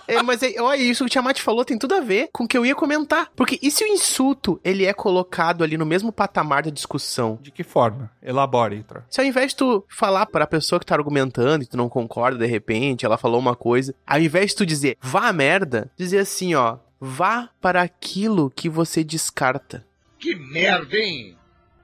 S2: É, mas é, olha, isso que o Tiamat falou tem tudo a ver com o que eu ia comentar. Porque e se o insulto, ele é colocado ali no mesmo patamar da discussão?
S1: De que forma? Elabore, Itra.
S2: Se ao invés de tu falar pra pessoa que tá argumentando e tu não concorda de repente, ela falou uma coisa, ao invés de tu dizer, vá a merda, dizer assim, ó, vá para aquilo que você descarta.
S10: Que merda, hein?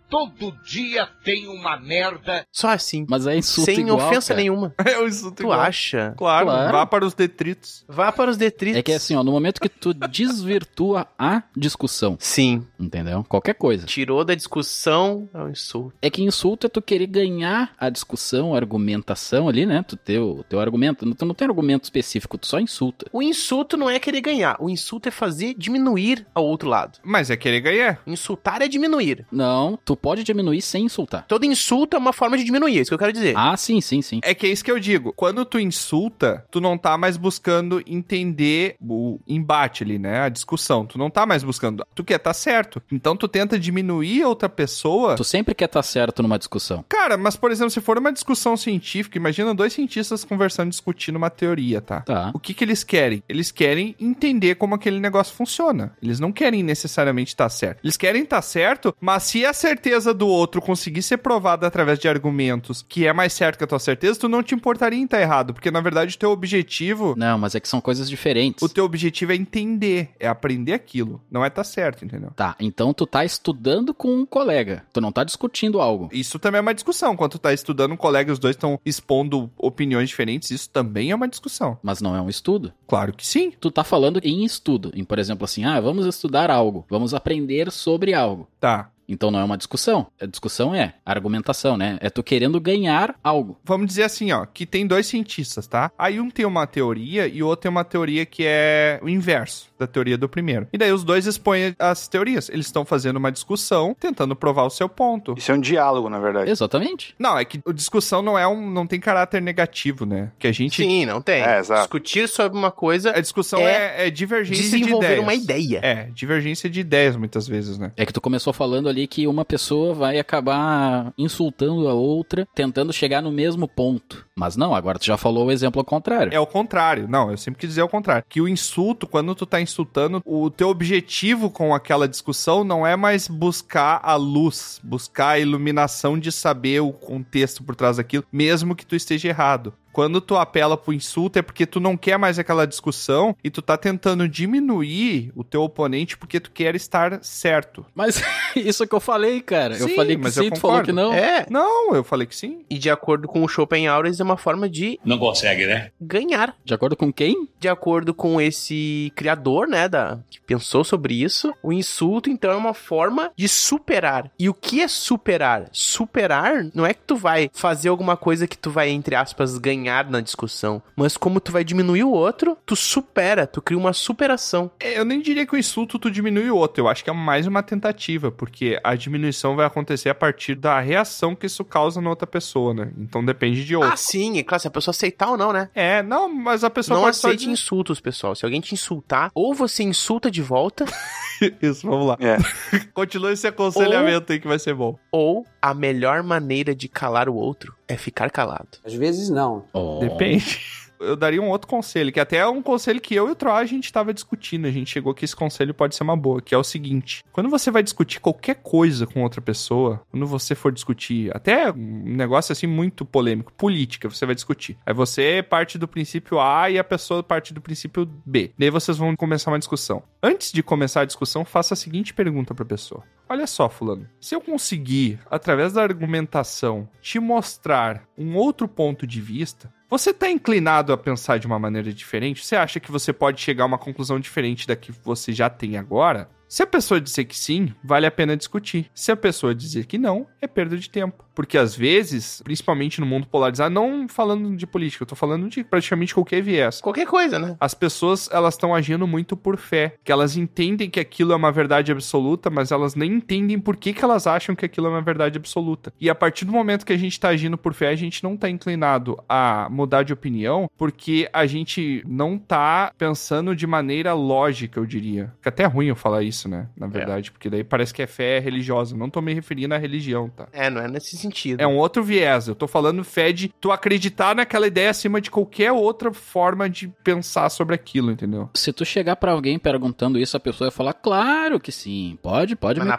S10: Todo dia tem uma merda.
S2: Só assim.
S3: Mas é insulto
S2: sem
S3: igual,
S2: ofensa
S3: cara.
S2: nenhuma.
S1: É o insulto
S2: Tu
S1: igual.
S2: acha?
S1: Claro,
S3: Claro.
S1: vá para os detritos.
S2: Vá para os detritos.
S3: É que é assim, ó, no momento que tu desvirtua a discussão,
S2: Sim,
S3: entendeu? Qualquer coisa.
S2: tirou da discussão, é um insulto.
S3: É que insulto é tu querer ganhar a discussão, a argumentação ali, né? Tu ter o teu argumento. Tu não tem argumento específico, tu só insulta.
S2: O insulto não é querer ganhar, o insulto é fazer diminuir ao outro lado.
S1: Mas é querer ganhar.
S2: Insultar é diminuir.
S3: Não, tu pode diminuir sem insultar.
S2: Todo insulto é uma forma de diminuir, é isso que eu quero dizer.
S3: Ah, sim, sim, sim.
S1: É que é isso que eu digo. Quando tu insulta, tu não tá mais buscando entender o embate ali, né? A discussão. Tu não tá mais buscando. Tu quer tá certo. Então tu tenta diminuir a outra pessoa.
S3: Tu sempre quer estar certo numa discussão.
S1: Cara, mas por exemplo, se for uma discussão científica, imagina dois cientistas conversando, discutindo uma teoria, tá?
S3: Tá.
S1: O que, que eles querem? Eles querem entender como aquele negócio funciona. Eles não querem necessariamente estar certo. Eles querem estar certo, mas se a certeza do outro conseguir ser provada através de argumentos que é mais certo que a tua certeza, tu não te importaria em estar errado, porque na verdade o teu objetivo,
S3: Não, mas é que são coisas diferentes.
S1: o teu objetivo é entender, é aprender aquilo, não é estar certo, entendeu?
S3: Tá, então tu tá estudando com um colega. Tu não tá discutindo algo.
S1: Isso também é uma discussão. Quando tu tá estudando um colega e os dois estão expondo opiniões diferentes, isso também é uma discussão.
S3: Mas não é um estudo.
S1: Claro que sim.
S3: Tu tá falando em estudo. Em, por exemplo, assim, ah, vamos estudar algo. Vamos aprender sobre algo.
S1: Tá.
S3: Então não é uma discussão. A discussão é argumentação, né? É tu querendo ganhar algo.
S1: Vamos dizer assim, ó, que tem dois cientistas, tá? Aí um tem uma teoria e o outro tem uma teoria que é o inverso da teoria do primeiro. E daí os dois expõem as teorias. Eles estão fazendo uma discussão, tentando provar o seu ponto.
S5: Isso é um diálogo, na verdade.
S3: Exatamente.
S1: Não, é que a discussão não é um, não tem caráter negativo, né? Que a gente
S2: Sim, não tem.
S5: É, exato.
S2: Discutir sobre uma coisa
S1: a discussão é, é divergência de
S2: desenvolver
S1: ideias.
S2: uma ideia.
S1: É, divergência de ideias muitas vezes, né?
S3: É que tu começou falando ali que uma pessoa vai acabar insultando a outra, tentando chegar no mesmo ponto. Mas não, agora tu já falou o exemplo ao contrário.
S1: É o contrário. Não, eu sempre quis dizer o contrário. Que o insulto, quando tu tá insultando, o teu objetivo com aquela discussão não é mais buscar a luz, buscar a iluminação de saber o contexto por trás daquilo, mesmo que tu esteja errado. Quando tu apela pro insulto é porque tu não quer mais aquela discussão e tu tá tentando diminuir o teu oponente porque tu quer estar certo.
S3: Mas isso que eu falei, cara. eu
S1: Sim,
S3: falei que
S1: mas eu
S3: sim, tu falou
S1: concordo.
S3: que não.
S2: É.
S1: Não, eu falei que sim.
S2: E de acordo com o Schopenhauer, isso é uma forma de
S10: Não consegue, né?
S2: ganhar.
S3: De acordo com quem?
S2: De acordo com esse criador, né, da, que pensou sobre isso, o insulto, então, é uma forma de superar. E o que é superar? Superar não é que tu vai fazer alguma coisa que tu vai, entre aspas, ganhar na discussão, mas como tu vai diminuir o outro, tu supera, tu cria uma superação.
S1: É, eu nem diria que o insulto tu diminui o outro, eu acho que é mais uma tentativa, porque a diminuição vai acontecer a partir da reação que isso causa na outra pessoa, né? Então depende de outro.
S2: Ah, sim, é claro, se a pessoa aceitar ou não, né?
S1: É, não, mas a pessoa
S2: Não
S1: pode só
S2: aceite
S1: des-
S2: insultos, pessoal. Se alguém te insultar, ou você insulta de volta,
S1: Isso, vamos lá.
S2: É.
S1: Continua esse aconselhamento aí que vai ser bom.
S2: ou a melhor maneira de calar o outro é ficar calado.
S1: Às vezes não. Depende. Eu daria um outro conselho, que até é um conselho que eu e o Troá a gente tava discutindo. A gente chegou que esse conselho pode ser uma boa, que é o seguinte: quando você vai discutir qualquer coisa com outra pessoa, quando você for discutir, até um negócio assim muito polêmico, política, você vai discutir. Aí você parte do princípio A e a pessoa parte do princípio B. Daí vocês vão começar uma discussão. Antes de começar a discussão, faça a seguinte pergunta pra pessoa: Olha só, Fulano, se eu conseguir, através da argumentação, te mostrar um outro ponto de vista. Você tá inclinado a pensar de uma maneira diferente? Você acha que você pode chegar a uma conclusão diferente da que você já tem agora? Se a pessoa dizer que sim, vale a pena discutir. Se a pessoa dizer que não, é perda de tempo. Porque às vezes, principalmente no mundo polarizado, não falando de política, eu tô falando de praticamente qualquer viés.
S2: Qualquer coisa, né?
S1: As pessoas, elas estão agindo muito por fé, que elas entendem que aquilo é uma verdade absoluta, mas elas nem entendem por que, que elas acham que aquilo é uma verdade absoluta. E a partir do momento que a gente tá agindo por fé, a gente não tá inclinado a mudar de opinião, porque a gente não tá pensando de maneira lógica, eu diria. Fica até ruim eu falar isso, né? Na verdade, porque daí parece que é fé religiosa. Não tô me referindo à religião, tá?
S2: É, não é nesse sentido.
S1: É um outro viés. Eu tô falando fé de tu acreditar naquela ideia acima de qualquer outra forma de pensar sobre aquilo, entendeu?
S3: Se tu chegar pra alguém perguntando isso, a pessoa vai falar, claro que sim, pode, pode.
S2: Mas
S3: me-
S2: na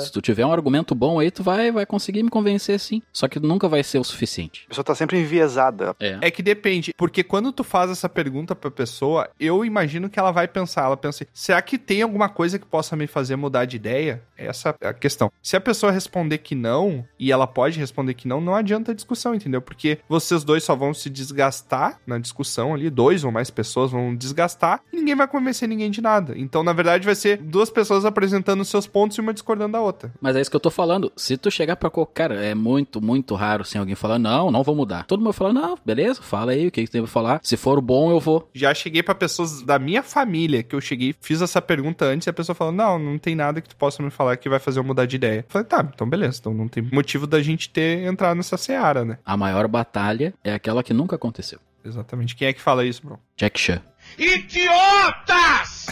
S3: Se tu tiver um argumento bom aí, tu vai, vai conseguir me convencer sim. Só que nunca vai ser o suficiente.
S5: A pessoa tá sempre enviesada.
S1: É que depende, porque quando tu faz essa pergunta pra pessoa, eu imagino que ela vai pensar, ela pensa, assim, será que tem alguma coisa que possa me fazer mudar de ideia? Essa é a questão. Se a pessoa responder que não, e ela pode responder que não, não adianta a discussão, entendeu? Porque vocês dois só vão se desgastar na discussão ali, dois ou mais pessoas vão desgastar, e ninguém vai convencer ninguém de nada. Então, na verdade, vai ser duas pessoas apresentando seus pontos e uma discordando da outra.
S3: Mas é isso que eu tô falando. Se tu chegar pra qualquer. Cara, é muito, muito raro sem alguém falar, não, não vou mudar. Todo mundo fala, não, beleza, fala aí o que que tu tem pra falar. Se for bom, eu vou.
S1: Já cheguei pra pessoas da minha família que eu cheguei, fiz essa pergunta antes e a pessoa falou: Não, não tem nada que tu possa me falar que vai fazer eu mudar de ideia. Eu falei: Tá, então beleza, então não tem motivo da gente ter entrado nessa seara, né?
S3: A maior batalha é aquela que nunca aconteceu.
S1: Exatamente. Quem é que fala isso, bro?
S3: Jack Chan.
S10: Idiotas!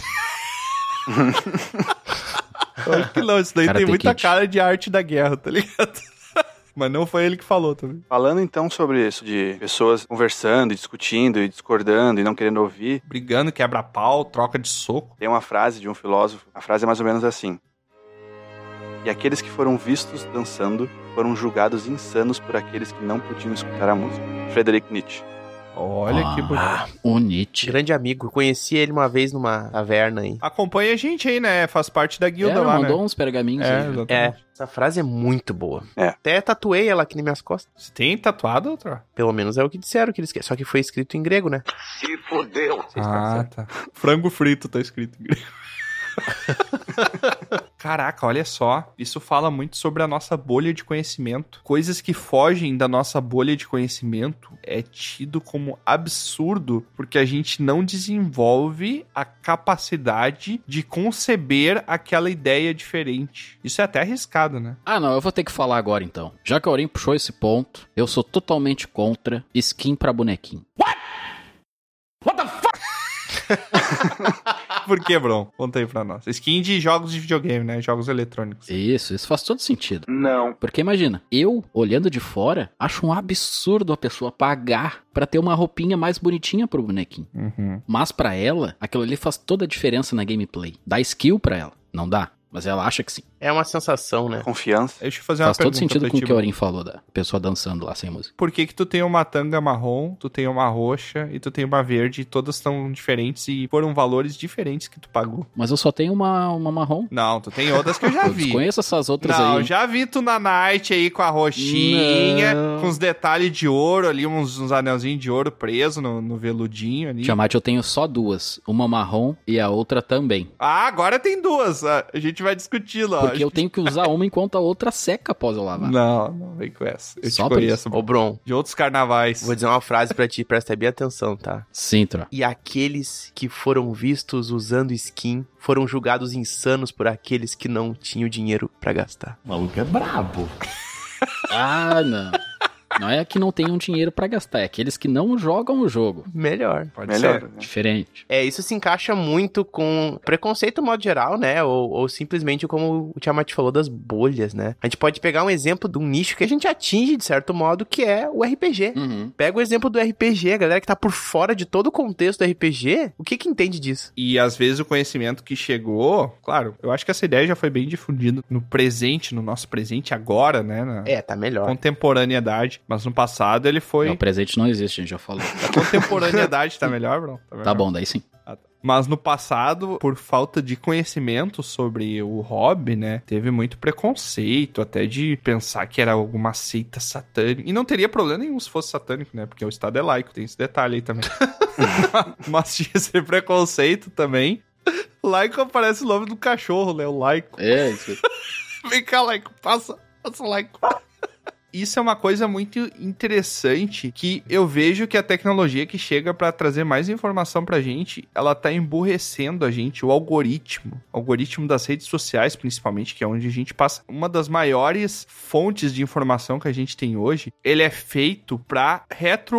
S1: Claro que não, isso daí
S3: Cara,
S1: tem
S3: tem
S1: muita
S3: kit.
S1: cara de arte da guerra, tá ligado? Mas não foi ele que falou também.
S5: Falando então sobre isso, de pessoas conversando, e discutindo e discordando e não querendo ouvir.
S1: Brigando, quebra-pau, troca de soco.
S5: Tem uma frase de um filósofo, a frase é mais ou menos assim. E aqueles que foram vistos dançando foram julgados insanos por aqueles que não podiam escutar a música. Frederick Nietzsche.
S1: Olha que bonito.
S3: O Nietzsche.
S2: Grande amigo. Conheci ele uma vez numa taverna aí.
S1: Acompanha a gente aí, né? Faz parte da
S3: É,
S1: guilda lá, né?
S3: uns pergaminhos
S1: É, aí, né? exatamente.
S2: É, essa frase é muito boa.
S5: É.
S2: Até tatuei ela aqui nas minhas costas.
S1: Você tem tatuado, outra?
S2: Pelo menos é o que disseram que eles querem. Só que foi escrito em grego, né?
S10: Se fudeu!
S1: Ah, tá. Frango frito tá escrito em grego. Caraca, olha só. Isso fala muito sobre a nossa bolha de conhecimento. Coisas que fogem da nossa bolha de conhecimento é tido como absurdo porque a gente não desenvolve a capacidade de conceber aquela ideia diferente. Isso é até arriscado, né?
S3: Ah, não, eu vou ter que falar agora então. Já que a Aurim puxou esse ponto, eu sou totalmente contra skin pra bonequinho.
S1: Por que, Bron? Conta aí pra nós. Skin de jogos de videogame, né? Jogos eletrônicos.
S3: Isso, isso faz todo sentido.
S5: Não.
S3: Porque imagina, eu, olhando de fora, acho um absurdo a pessoa pagar pra ter uma roupinha mais bonitinha pro bonequinho.
S1: Uhum.
S3: Mas pra ela, aquilo ali faz toda a diferença na gameplay. Dá skill pra ela. Não dá, mas ela acha que sim.
S2: É uma sensação, né?
S5: Confiança.
S1: Deixa eu fazer
S3: Faz
S1: uma
S3: todo
S1: pergunta.
S3: sentido
S1: pra
S3: com o
S1: ti,
S3: que a
S1: Bron.
S3: Aurim falou da pessoa dançando lá sem música.
S1: Por que, que tu tem uma tanga marrom, tu tem uma roxa e tu tem uma verde e todas estão diferentes e foram valores diferentes que tu pagou?
S3: Mas eu só tenho uma, uma marrom.
S1: Não, tu tem outras que eu já
S3: Eu
S1: vi.
S3: desconheço essas outras
S1: Não,
S3: aí.
S1: já vi tu na night aí com a roxinha,
S3: Não.
S1: com os detalhes de ouro ali, uns, uns anelzinhos de ouro preso no, no veludinho ali.
S3: Tiamat, eu tenho só duas. Uma marrom e a outra também.
S1: Ah, agora tem duas. A a ah, gente vai discutir lá.
S3: porque eu tenho que usar uma enquanto a outra seca após eu lavar.
S1: Não, não vem com essa. Eu
S3: Só
S1: te
S3: por
S1: conheço.
S2: Ô, Bron.
S1: De outros carnavais.
S2: Vou dizer uma frase pra ti, presta bem atenção, tá?
S3: Sim, Tro.
S2: E aqueles que foram vistos usando skin foram julgados insanos por aqueles que não tinham dinheiro pra gastar.
S13: O maluco é brabo.
S3: Ah, não. Não é que não tenham dinheiro pra gastar, é aqueles que não jogam o jogo.
S2: Melhor.
S1: Pode Melhor, ser. né?
S3: Diferente.
S2: É, isso se encaixa muito com preconceito modo geral, né? Ou, ou simplesmente como o Tiamat falou das bolhas, né? A gente pode pegar um exemplo de um nicho que a gente atinge, de certo modo, que é o RPG.
S3: Uhum.
S2: Pega o exemplo do RPG, a galera que tá por fora de todo o contexto do RPG, o que que entende disso?
S1: E às vezes o conhecimento que chegou, claro, eu acho que essa ideia já foi bem difundida no presente, no nosso presente agora, né? Na
S2: É, tá melhor.
S1: contemporaneidade. Mas no passado ele foi.
S3: Não, o presente não existe, a gente já falou.
S1: Uhum. Contemporaneidade tá melhor, Bruno?
S3: Tá bom, daí sim.
S1: Mas no passado, por falta de conhecimento sobre o hobby, né? Teve muito preconceito, até de pensar que era alguma seita satânica. E não teria problema nenhum se fosse satânico, né? Porque o Estado é laico, tem esse detalhe aí também. Mas tinha esse preconceito também. Laico aparece o nome do cachorro, né? O laico.
S3: É, isso.
S1: Vem cá, laico, passa, passa, laico. Isso é uma coisa muito interessante que eu vejo que a tecnologia que chega pra trazer mais informação pra gente, ela tá emburrecendo a gente, o algoritmo, o algoritmo das redes sociais principalmente, que é onde a gente passa uma das maiores fontes de informação que a gente tem hoje, ele é feito pra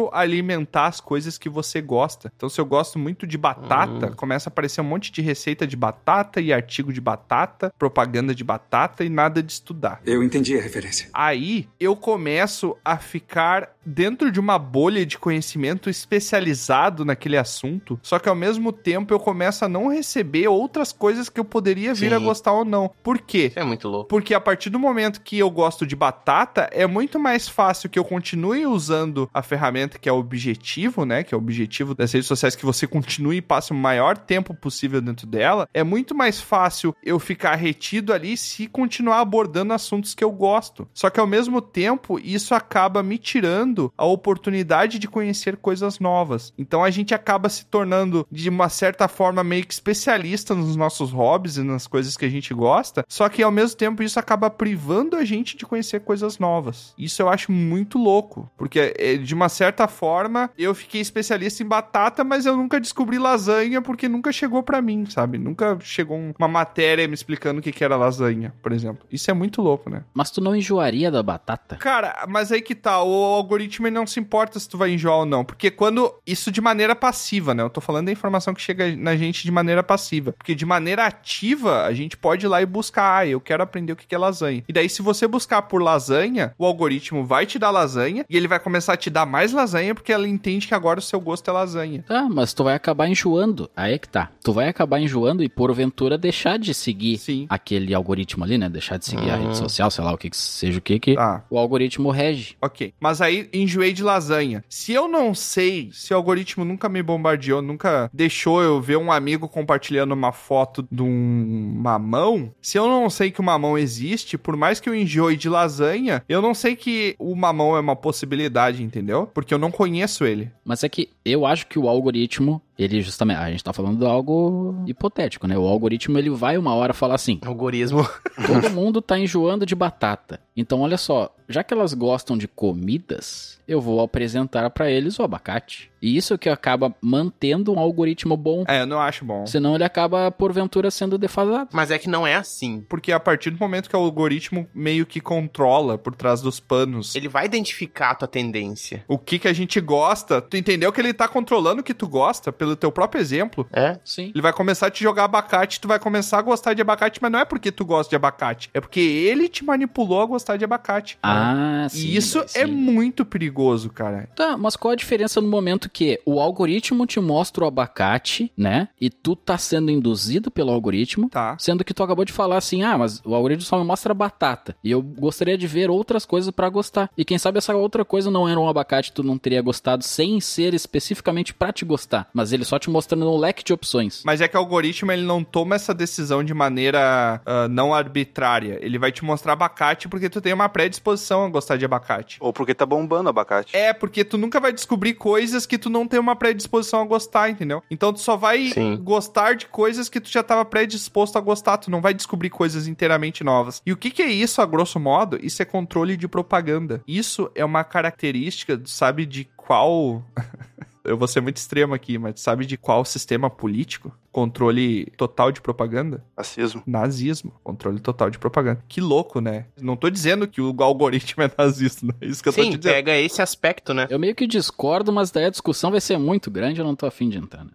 S1: retroalimentar as coisas que você gosta. Então se eu gosto muito de batata,
S2: Hum.
S1: começa a aparecer um monte de receita de batata e artigo de batata, propaganda de batata e nada de estudar.
S6: Eu entendi a referência.
S1: Aí eu começo a ficar dentro de uma bolha de conhecimento especializado naquele assunto, só que ao mesmo tempo eu começo a não receber outras coisas que eu poderia vir
S2: Sim.
S1: a gostar ou não. Por quê?
S2: Isso é muito louco.
S1: Porque a partir do momento que eu gosto de batata, é muito mais fácil que eu continue usando a ferramenta que é o objetivo, né? Que é o objetivo das redes sociais, que você continue e passe o maior tempo possível dentro dela. É muito mais fácil eu ficar retido ali se continuar abordando assuntos que eu gosto. Só que ao mesmo tempo, isso acaba me tirando a oportunidade de conhecer coisas novas. Então a gente acaba se tornando, de uma certa forma, meio que especialista nos nossos hobbies e nas coisas que a gente gosta. Só que ao mesmo tempo isso acaba privando a gente de conhecer coisas novas. Isso eu acho muito louco. Porque é, de uma certa forma eu fiquei especialista em batata, mas eu nunca descobri lasanha porque nunca chegou pra mim, sabe? Nunca chegou um- uma matéria me explicando o que que era lasanha, por exemplo. Isso é muito louco, né?
S3: Mas tu não enjoaria da batata?
S1: Cara, mas aí que tá, o algoritmo ele não se importa se tu vai enjoar ou não, porque quando isso de maneira passiva, né? Eu tô falando da informação que chega na gente de maneira passiva, porque de maneira ativa a gente pode ir lá e buscar, ah, eu quero aprender o que que é lasanha. E daí se você buscar por lasanha, o algoritmo vai te dar lasanha e ele vai começar a te dar mais lasanha porque ela entende que agora o seu gosto é lasanha.
S3: Tá, mas tu vai acabar enjoando. Aí é que tá. Tu vai acabar enjoando e porventura deixar de seguir aquele algoritmo ali, né? Deixar de seguir a
S1: Uhum.
S3: rede social, sei lá o que que seja o que que
S1: Tá.
S3: o algoritmo rege.
S1: Ok. Mas aí enjoei de lasanha. Se eu não sei, se o algoritmo nunca me bombardeou, nunca deixou eu ver um amigo compartilhando uma foto de um mamão, se eu não sei que o mamão existe, por mais que eu enjoe de lasanha, eu não sei que o mamão é uma possibilidade, entendeu? Porque eu não conheço ele.
S3: Mas é que eu acho que o algoritmo, ele justamente, a gente tá falando de algo hipotético, né? O algoritmo ele vai uma hora falar assim:
S2: Algoritmo.
S3: Todo mundo tá enjoando de batata. Então, olha só, já que elas gostam de comidas, eu vou apresentar pra eles o abacate. E isso que acaba mantendo um algoritmo bom.
S1: É, eu não acho bom.
S3: Senão ele acaba, porventura, sendo defasado.
S2: Mas é que não é assim.
S1: Porque a partir do momento que o algoritmo meio que controla por trás dos panos
S2: Ele vai identificar a tua tendência.
S1: o que que a gente gosta, tu entendeu que ele tá controlando o que tu gosta pelo teu próprio exemplo.
S2: É?
S3: Sim.
S1: Ele vai começar a te jogar abacate, tu vai começar a gostar de abacate, mas não é porque tu gosta de abacate, é porque ele te manipulou a gostar de abacate.
S3: Ah, sim.
S1: e isso
S3: daí
S1: é
S3: sim.
S1: muito perigoso, cara.
S3: Tá, mas qual a diferença no momento que o algoritmo te mostra o abacate, né? E tu tá sendo induzido pelo algoritmo.
S1: Tá.
S3: Sendo que tu acabou de falar assim, ah, mas o algoritmo só me mostra batata. E eu gostaria de ver outras coisas pra gostar. E quem sabe essa outra coisa não era um abacate, tu não teria gostado sem ser especificamente pra te gostar. Mas ele só te mostrando um leque de opções.
S1: Mas é que o algoritmo ele não toma essa decisão de maneira ah, não arbitrária. Ele vai te mostrar abacate porque tu tem uma predisposição obrigação a gostar de abacate.
S5: Ou porque tá bombando abacate.
S1: É, porque tu nunca vai descobrir coisas que tu não tem uma predisposição a gostar, entendeu? Então tu só vai
S2: Sim.
S1: gostar de coisas que tu já tava predisposto a gostar, tu não vai descobrir coisas inteiramente novas. E o que que é isso, a grosso modo? Isso é controle de propaganda. Isso é uma característica, sabe, de qual... Eu vou ser muito extremo aqui, mas sabe de qual sistema político? Controle total de propaganda?
S5: Fascismo.
S1: Nazismo. Controle total de propaganda. Que louco, né? Não tô dizendo que o algoritmo é nazista, não é isso que eu tô te
S2: Sim,
S1: dizendo.
S2: pega esse aspecto, né?
S3: Eu meio que discordo, mas daí a discussão vai ser muito grande, eu não tô afim de entrar. né?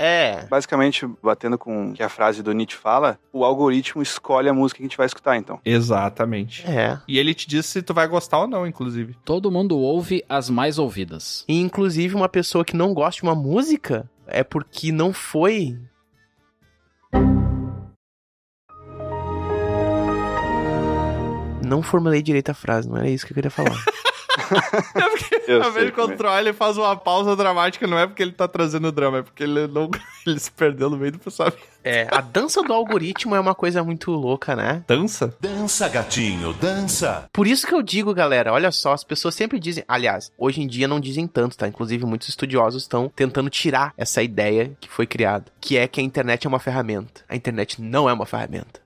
S2: É.
S5: Basicamente, batendo com o que a frase do Nietzsche fala, o algoritmo escolhe a música que a gente vai escutar, então.
S1: Exatamente.
S2: É.
S1: E ele te diz se tu vai gostar ou não, inclusive.
S3: Todo mundo ouve as mais ouvidas.
S2: E inclusive uma pessoa que não gosta de uma música é porque não foi. Não formulei direito a frase, não era isso que eu queria falar.
S5: Eu
S1: É Às vezes
S5: sei como é.
S1: controla, ele faz uma pausa dramática, não é porque ele tá trazendo drama, é porque ele não ele se perdeu no meio do pensamento.
S2: é, a dança do algoritmo é uma coisa muito louca, né?
S1: Dança?
S10: Dança, gatinho, dança.
S2: Por isso que eu digo, galera, olha só, as pessoas sempre dizem, aliás, hoje em dia não dizem tanto, tá? Inclusive muitos estudiosos estão tentando tirar essa ideia que foi criada, que é que a internet é uma ferramenta. A internet não é uma ferramenta.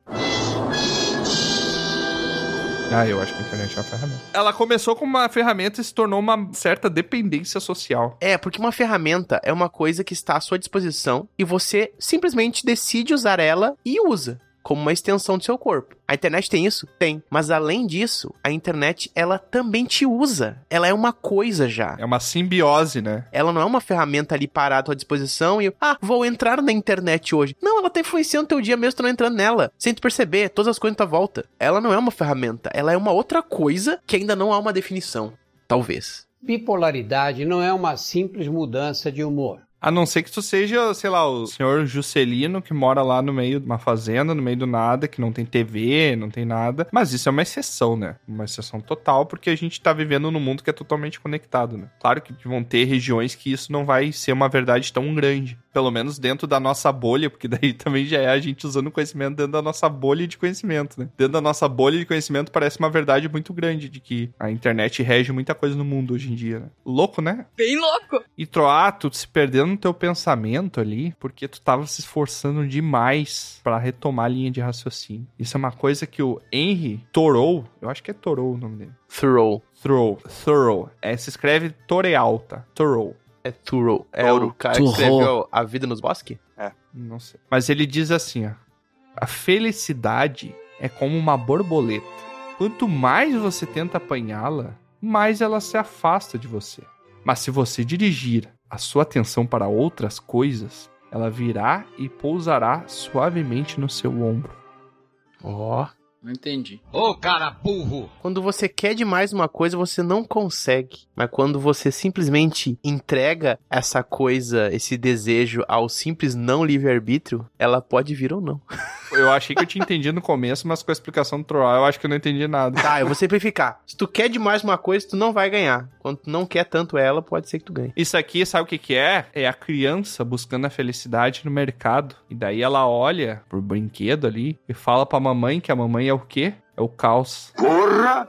S1: Ah, eu acho que a internet é uma ferramenta. Ela começou como uma ferramenta e se tornou uma certa dependência social.
S2: É, porque uma ferramenta é uma coisa que está à sua disposição e você simplesmente decide usar ela e usa como uma extensão do seu corpo. A internet tem isso? Tem. Mas além disso, a internet ela também te usa. Ela é uma coisa já.
S1: É uma simbiose, né?
S2: Ela não é uma ferramenta ali parada à tua disposição e, ah, vou entrar na internet hoje. Não, ela tá influenciando teu dia mesmo tu não entrando nela, sem tu perceber, todas as coisas à tua volta. Ela não é uma ferramenta, ela é uma outra coisa que ainda não há uma definição. Talvez.
S13: Bipolaridade não é uma simples mudança de humor.
S1: A não ser que tu seja, sei lá, o senhor Juscelino que mora lá no meio de uma fazenda, no meio do nada, que não tem TV, não tem nada. Mas isso é uma exceção, né? Uma exceção total, porque a gente tá vivendo num mundo que é totalmente conectado, né? Claro que vão ter regiões que isso não vai ser uma verdade tão grande. Pelo menos dentro da nossa bolha, porque daí também já é a gente usando conhecimento dentro da nossa bolha de conhecimento, né? Dentro da nossa bolha de conhecimento parece uma verdade muito grande de que a internet rege muita coisa no mundo hoje em dia, né? Louco, né?
S15: Bem louco.
S1: E Troá, tu se perdendo no teu pensamento ali, porque tu tava se esforçando demais pra retomar a linha de raciocínio. Isso é uma coisa que o Henry Thoreau, eu acho que é Thoreau o nome dele.
S2: Throw.
S1: Thoreau, Thoreau. É, se escreve Toreal, tá? Thoreau.
S2: É Throw. É
S5: Touro.
S2: o cara que
S3: Thurro.
S2: escreveu A Vida nos Bosques?
S1: Não sei. Mas ele diz assim, ó. A felicidade é como uma borboleta. Quanto mais você tenta apanhá-la, mais ela se afasta de você. Mas se você dirigir a sua atenção para outras coisas, ela virá e pousará suavemente no seu ombro.
S2: Ó.
S3: Não entendi.
S10: Ô, cara burro.
S2: Quando você quer demais uma coisa, você não consegue. Mas quando você simplesmente entrega essa coisa, esse desejo ao simples não livre-arbítrio, ela pode vir ou não.
S1: Eu achei que eu tinha entendido no começo, mas com a explicação do Troll, eu acho que eu não entendi nada.
S2: Tá, eu vou simplificar. Se tu quer demais uma coisa, tu não vai ganhar. Quando tu não quer tanto ela, pode ser que tu ganhe.
S1: Isso aqui, sabe o que que é? É a criança buscando a felicidade no mercado. E daí ela olha pro brinquedo ali e fala pra mamãe que a mamãe é o quê? É o caos.
S6: Porra!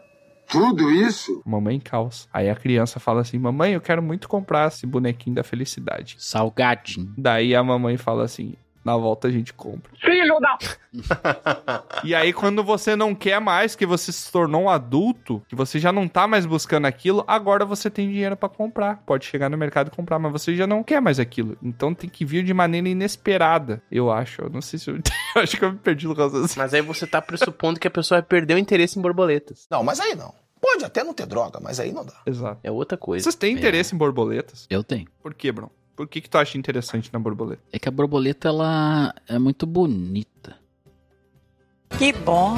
S6: Tudo isso?
S1: Mamãe caos. Aí a criança fala assim: Mamãe, eu quero muito comprar esse bonequinho da felicidade.
S3: Salgadinho.
S1: Daí a mamãe fala assim: Na volta a gente compra.
S15: Filho da...
S1: E aí, quando você não quer mais, que você se tornou um adulto, que você já não tá mais buscando aquilo, agora você tem dinheiro pra comprar. Pode chegar no mercado e comprar, mas você já não quer mais aquilo. Então tem que vir de maneira inesperada, eu acho. Eu não sei se eu, eu acho que eu me perdi no raciocínio.
S2: Mas aí você tá pressupondo que a pessoa vai perder o interesse em borboletas.
S16: Não, mas aí não. Pode até não ter droga, mas aí não dá.
S1: Exato.
S2: É outra coisa.
S1: Vocês têm interesse em borboletas?
S3: Eu tenho.
S1: Por quê, Bruno? Por que, que tu acha interessante na borboleta?
S3: É que a borboleta, ela é muito bonita.
S15: Que bom.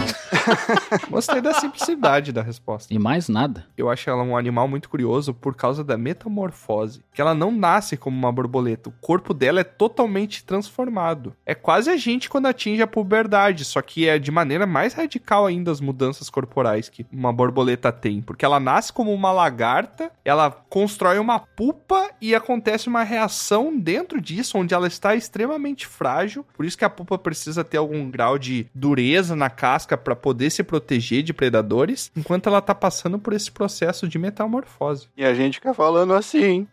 S1: Gostei da simplicidade da resposta.
S3: E mais nada.
S1: Eu acho ela um animal muito curioso por causa da metamorfose, que ela não nasce como uma borboleta, o corpo dela é totalmente transformado. É quase a gente quando atinge a puberdade, só que é de maneira mais radical ainda as mudanças corporais que uma borboleta tem, porque ela nasce como uma lagarta, ela constrói uma pupa e acontece uma reação dentro disso onde ela está extremamente frágil, por isso que a pupa precisa ter algum grau de dureza presa na casca para poder se proteger de predadores, enquanto ela tá passando por esse processo de metamorfose.
S5: E a gente fica falando assim.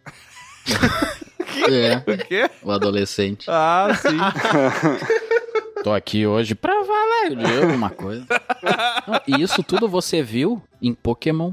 S3: É.
S1: O quê?
S3: O adolescente.
S1: Ah, sim.
S3: Tô aqui hoje pra falar de alguma coisa. Não, e isso tudo você viu em Pokémon.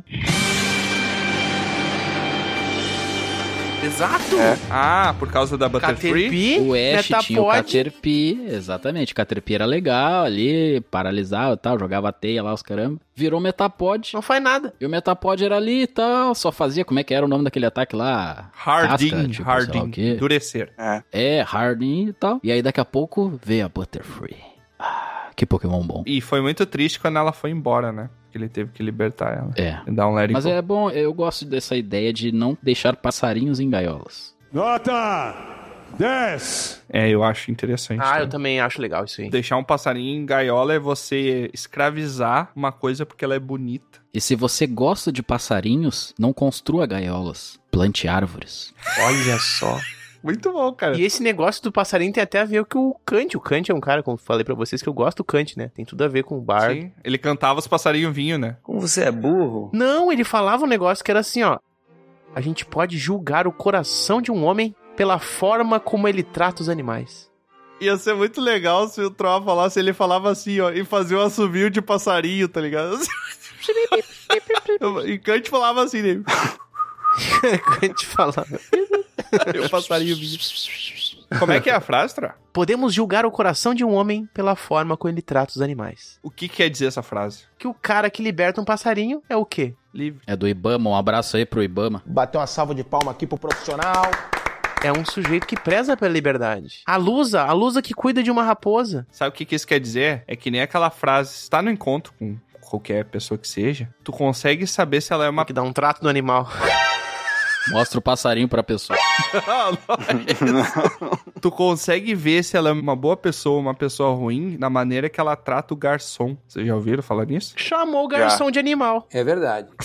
S2: Exato!
S1: Ah, por causa da Butterfree?
S2: Caterpie,
S3: O Ash tinha o
S2: Metapod.
S3: Caterpie, exatamente. Caterpie era legal ali, paralisava e tal, jogava teia lá, os caramba. Virou Metapod.
S2: Não faz nada.
S3: E o Metapod era ali e tal, só fazia, como é que era o nome daquele ataque lá? Casca,
S1: Harding,
S3: tipo, sei lá o
S1: Harding,
S3: quê.
S1: endurecer.
S5: É.
S3: É, Harding e tal. E aí daqui a pouco veio a Butterfree. Ah, que Pokémon bom.
S1: E foi muito triste quando ela foi embora, né? Que ele teve que libertar ela.
S3: É.
S1: E dar um letting
S3: Mas
S1: go.
S3: é bom, eu gosto dessa ideia de não deixar passarinhos em gaiolas.
S17: Nota 10.
S1: É, eu acho interessante.
S2: Ah,
S1: né?
S2: eu também acho legal isso aí.
S1: Deixar um passarinho em gaiola é você escravizar uma coisa porque ela é bonita.
S3: E se você gosta de passarinhos, não construa gaiolas, plante árvores.
S2: Olha só.
S1: Muito bom, cara.
S2: E esse negócio do passarinho tem até a ver com o Kant. O Kant é um cara, como falei pra vocês, que eu gosto do Kant, né? Tem tudo a ver com o bardo.
S1: Sim, ele cantava os passarinhos vinho, né?
S18: Como você é burro.
S2: Não, ele falava um negócio que era assim, ó. A gente pode julgar o coração de um homem pela forma como ele trata os animais.
S1: Ia ser muito legal se o Troá falasse, ele falava assim, ó, e fazia um assobio de passarinho, tá ligado? e Kant falava assim, né?
S2: Kant falava.
S1: E o um passarinho vinho. Como é que é a frase, Troá?
S2: Podemos julgar o coração de um homem pela forma como ele trata os animais.
S1: O que quer dizer essa frase?
S2: Que o cara que liberta um passarinho é o quê?
S1: Livre.
S3: É do Ibama, um abraço aí pro Ibama.
S16: Bateu uma salva de palma aqui pro profissional.
S2: É um sujeito que preza pela liberdade. A Lusa, a Lusa que cuida de uma raposa.
S1: Sabe o que, que isso quer dizer? É que nem aquela frase, se tá no encontro com qualquer pessoa que seja, tu consegue saber se ela é uma...
S2: Tem que dá um trato no animal.
S3: Mostra o passarinho pra pessoa.
S1: Não, não é isso. tu consegue ver se ela é uma boa pessoa ou uma pessoa ruim na maneira que ela trata o garçom. Vocês já ouviram falar nisso?
S2: Chamou o garçom de animal.
S13: É verdade.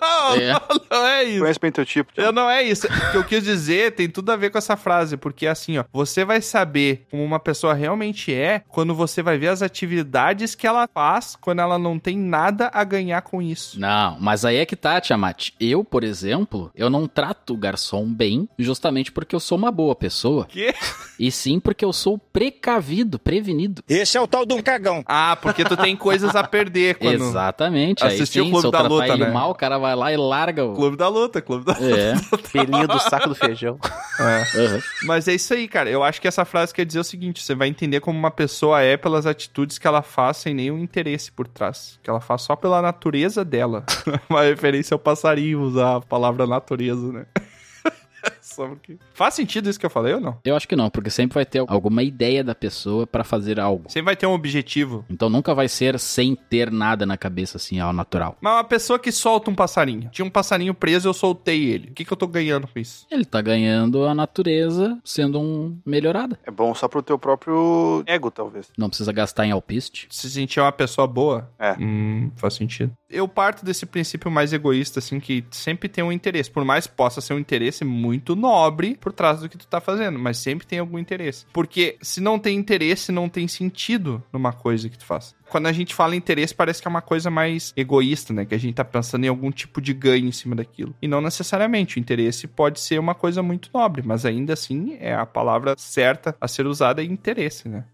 S1: Não,
S3: É.
S1: não, não é isso.
S5: Conhece bem teu tipo.
S1: Eu não é isso. O que eu quis dizer tem tudo a ver com essa frase, porque é assim, ó, você vai saber como uma pessoa realmente é quando você vai ver as atividades que ela faz quando ela não tem nada a ganhar com isso.
S3: Não, mas aí é que tá, Tiamat. Eu, por exemplo, eu não trato o garçom bem justamente porque eu sou uma boa pessoa.
S1: Quê?
S3: E sim porque eu sou precavido, prevenido.
S18: Esse é o tal de um cagão.
S1: Ah, porque tu tem coisas a perder quando
S3: Exatamente. Aí
S1: Assistiu o
S3: sim,
S1: Clube
S3: se eu
S1: da
S3: tratar
S1: Luta,
S3: ele
S1: né?
S3: mal, o cara vai lá e larga o...
S1: Clube da luta, clube da
S3: É.
S2: Pelinho do saco do feijão.
S3: aham.
S1: Mas é isso aí, cara. Eu acho que essa frase quer dizer o seguinte: você vai entender como uma pessoa é pelas atitudes que ela faz sem nenhum interesse por trás. Que ela faz só pela natureza dela. uma referência ao passarinho usar a palavra natureza, né? só porque. Faz sentido isso que eu falei ou não?
S3: Eu acho que não, porque sempre vai ter alguma ideia da pessoa pra fazer algo.
S1: Sempre vai ter um objetivo.
S3: Então nunca vai ser sem ter nada na cabeça, assim, ao natural.
S1: Mas uma pessoa que solta um passarinho. Tinha um passarinho preso, eu soltei ele. O que, que eu tô ganhando com isso?
S3: Ele tá ganhando a natureza sendo um melhorada.
S5: É bom só pro teu próprio ego, talvez.
S3: Não precisa gastar em alpiste.
S1: se sentir uma pessoa boa.
S5: É.
S1: Hum, faz sentido. Eu parto desse princípio mais egoísta, assim, que sempre tem um interesse. Por mais possa ser um interesse muito nobre por trás do que tu tá fazendo, mas sempre tem algum interesse. Porque se não tem interesse, não tem sentido numa coisa que tu faz. Quando a gente fala interesse, parece que é uma coisa mais egoísta, né? Que a gente tá pensando em algum tipo de ganho em cima daquilo. E não necessariamente. O interesse pode ser uma coisa muito nobre, mas ainda assim é a palavra certa a ser usada é interesse, né?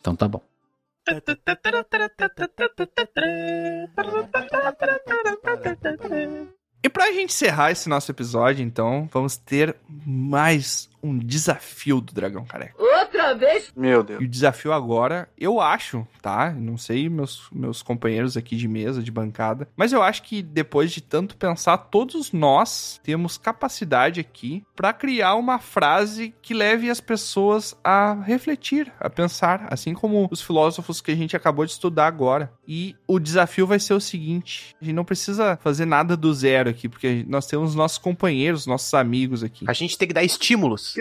S3: Então tá bom.
S1: E pra gente encerrar esse nosso episódio, então, vamos ter mais um desafio do Dragão Careca.
S7: Outra vez?
S5: Meu
S1: E
S5: Deus.
S1: o desafio agora, eu acho, tá? Não sei meus, meus companheiros aqui de mesa, de bancada, mas eu acho que depois de tanto pensar, todos nós temos capacidade aqui pra criar uma frase que leve as pessoas a refletir, a pensar, assim como os filósofos que a gente acabou de estudar agora. E o desafio vai ser o seguinte: a gente não precisa fazer nada do zero aqui, porque nós temos nossos companheiros, nossos amigos aqui.
S2: A gente tem que dar estímulos.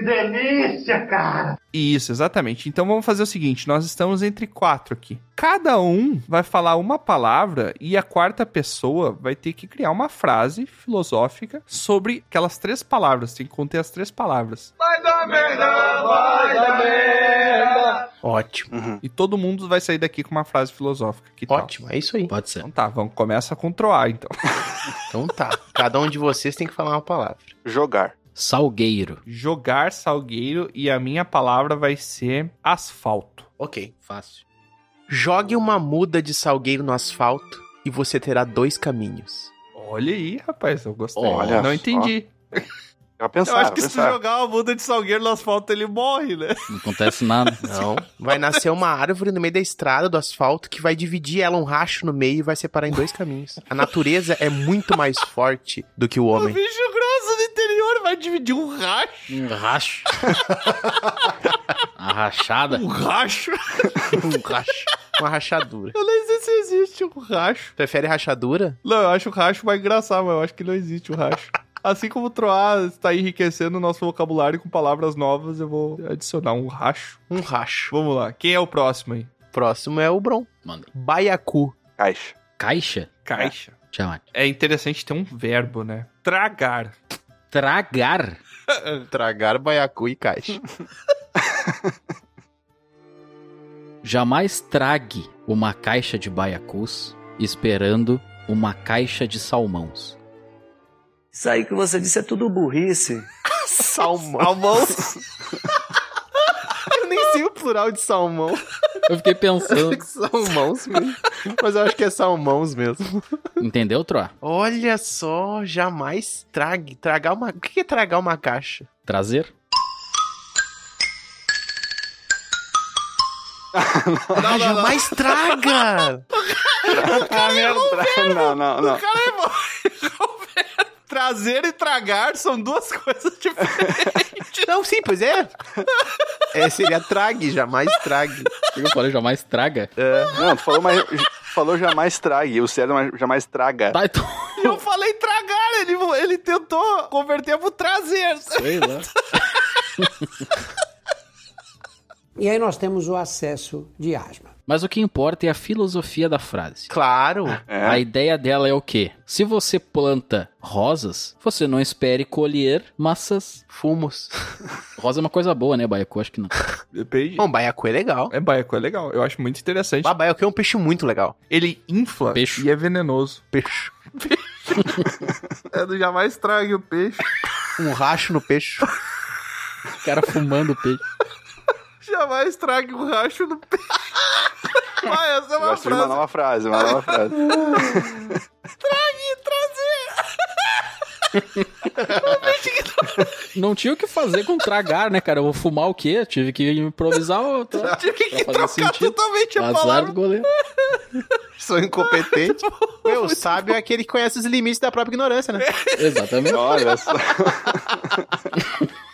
S1: Isso, exatamente. Então vamos fazer o seguinte: nós estamos entre quatro aqui. Cada um vai falar uma palavra e a quarta pessoa vai ter que criar uma frase filosófica sobre aquelas três palavras. Tem que conter as três palavras.
S10: Vai dar merda, vai dar merda.
S1: Ótimo. E todo mundo vai sair daqui com uma frase filosófica. Que tal?
S2: Ótimo, é isso aí.
S3: Pode ser.
S1: Então tá, vamos, começa com troar, então.
S2: Então tá. Cada um de vocês tem que falar uma palavra.
S5: Jogar.
S3: Salgueiro.
S1: Jogar salgueiro e a minha palavra vai ser asfalto.
S2: Ok.
S3: Fácil.
S2: Jogue uma muda de salgueiro no asfalto e você terá dois caminhos.
S1: Olha aí, rapaz, eu gostei.
S5: Olha
S1: Não
S5: só.
S1: entendi.
S5: Eu pensar,
S1: eu acho que
S5: vou
S1: se
S5: pensar.
S1: tu jogar uma muda de salgueiro no asfalto, ele morre, né?
S3: Não acontece nada.
S2: Não. Vai nascer uma árvore no meio da estrada do asfalto que vai dividir ela um racho no meio e vai separar em dois caminhos. A natureza é muito mais forte do que o
S1: O
S2: homem.
S1: Um bicho grosso do interior vai dividir um racho.
S3: Um racho. Uma rachada.
S1: Um racho?
S2: Um racho. Uma rachadura.
S1: Eu nem sei se existe um racho.
S2: Prefere rachadura?
S1: Não, eu acho o racho mais engraçado, mas eu acho que não existe o racho. Assim como o Troar está enriquecendo o nosso vocabulário com palavras novas, eu vou adicionar um racho.
S2: Um racho.
S1: Vamos lá, quem é o próximo aí?
S2: Próximo é o Bron.
S3: Manda.
S2: Baiacu.
S5: Caixa.
S3: Caixa?
S1: Caixa.
S3: Tiamat.
S1: É interessante ter um verbo, né? Tragar.
S3: Tragar.
S2: Tragar baiacu e caixa.
S3: Jamais trague uma caixa de baiacus esperando uma caixa de salmãos.
S18: Isso aí que você disse é tudo burrice.
S2: Salmão.
S1: Salmão.
S2: Eu nem sei o plural de salmão.
S3: Eu fiquei pensando.
S2: Salmãos mesmo. Mas eu acho que é salmãos mesmo.
S3: Entendeu, Troa?
S2: Olha só, jamais trague. Tragar uma. O que é tragar uma caixa?
S3: Trazer?
S2: Ah, jamais traga!
S5: Ah, merda.
S1: um
S5: Não, não, não.
S1: Trazer e tragar são duas coisas diferentes.
S2: Não, sim, pois é. é. Seria trague, jamais trague.
S3: Eu falei jamais traga.
S5: É, Não, tu falou, mas, falou jamais trague. O certo é jamais traga.
S3: Tá, então.
S1: eu falei tragar, ele, ele tentou converter pro trazer.
S3: Sei lá.
S13: E aí nós temos o acesso de asma.
S3: Mas o que importa é a filosofia da frase.
S2: Claro.
S5: É.
S3: A ideia dela é o quê? Se você planta rosas, você não espere colher maçãs.
S2: Fumos.
S3: Rosa é uma coisa boa, né, Baiacu? Acho que não.
S1: Depende.
S2: Bom, baiacu é legal.
S1: É baiacu, é legal. Eu acho muito interessante.
S2: Ah, baiacu é um peixe muito legal.
S1: Ele infla
S3: Peixe.
S1: e é venenoso.
S2: Peixe.
S1: É do jamais trague o peixe.
S2: Um racho no peixe.
S3: O cara fumando peixe.
S1: Jamais trague o racho no peixe. Vai, essa é
S5: Eu
S1: uma
S5: gosto de uma
S1: frase.
S5: nova frase, uma nova frase.
S3: Não tinha o que fazer com tragar, né, cara? Eu vou fumar o quê? Tive que improvisar outra.
S1: Tive que
S3: Pra fazer
S1: trocar
S3: sentido.
S1: totalmente a
S3: Azar
S1: palavra.
S3: do goleiro.
S2: Sou incompetente. Meu, sábio é aquele que conhece os limites da própria ignorância, né?
S3: Exatamente.
S5: Olha só.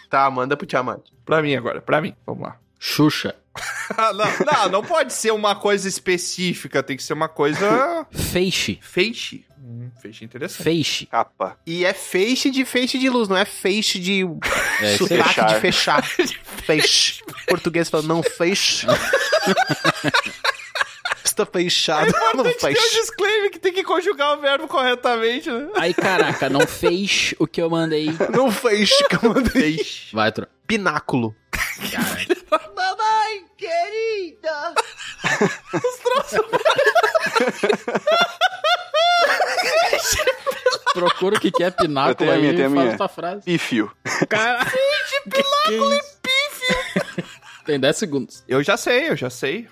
S2: Tá, manda pro Tiamat.
S1: Pra mim agora, pra mim. Vamos lá.
S3: Xuxa.
S1: Ah, não, não, não pode ser uma coisa específica, tem que ser uma coisa.
S3: Feixe.
S1: Feixe. Hum, feixe interessante.
S3: Feixe.
S5: Capa.
S2: E é feixe de feixe de luz, não é feixe de
S3: É, isso aí.
S2: sotaque
S5: Fechar.
S2: de fechar. Feixe. Português falando não feixe. Está fechado. não
S1: Tem um
S2: feixe.
S1: disclaimer que tem que conjugar o verbo corretamente, né?
S3: Aí, caraca, não fez o que eu mandei.
S2: Não feixe que eu mandei.
S1: Feixe.
S3: Vai, Tro.
S2: Pináculo.
S10: Mamãe querida.
S3: Procura o que que é
S5: Eu
S3: pináculo
S5: tenho a minha,
S3: aí
S5: tenho
S3: e
S5: a
S3: faz
S5: minha.
S3: tua frase.
S5: Pífio.
S3: Cara, pináculo e pífio. Tem 10 segundos.
S1: Eu já sei, eu já sei.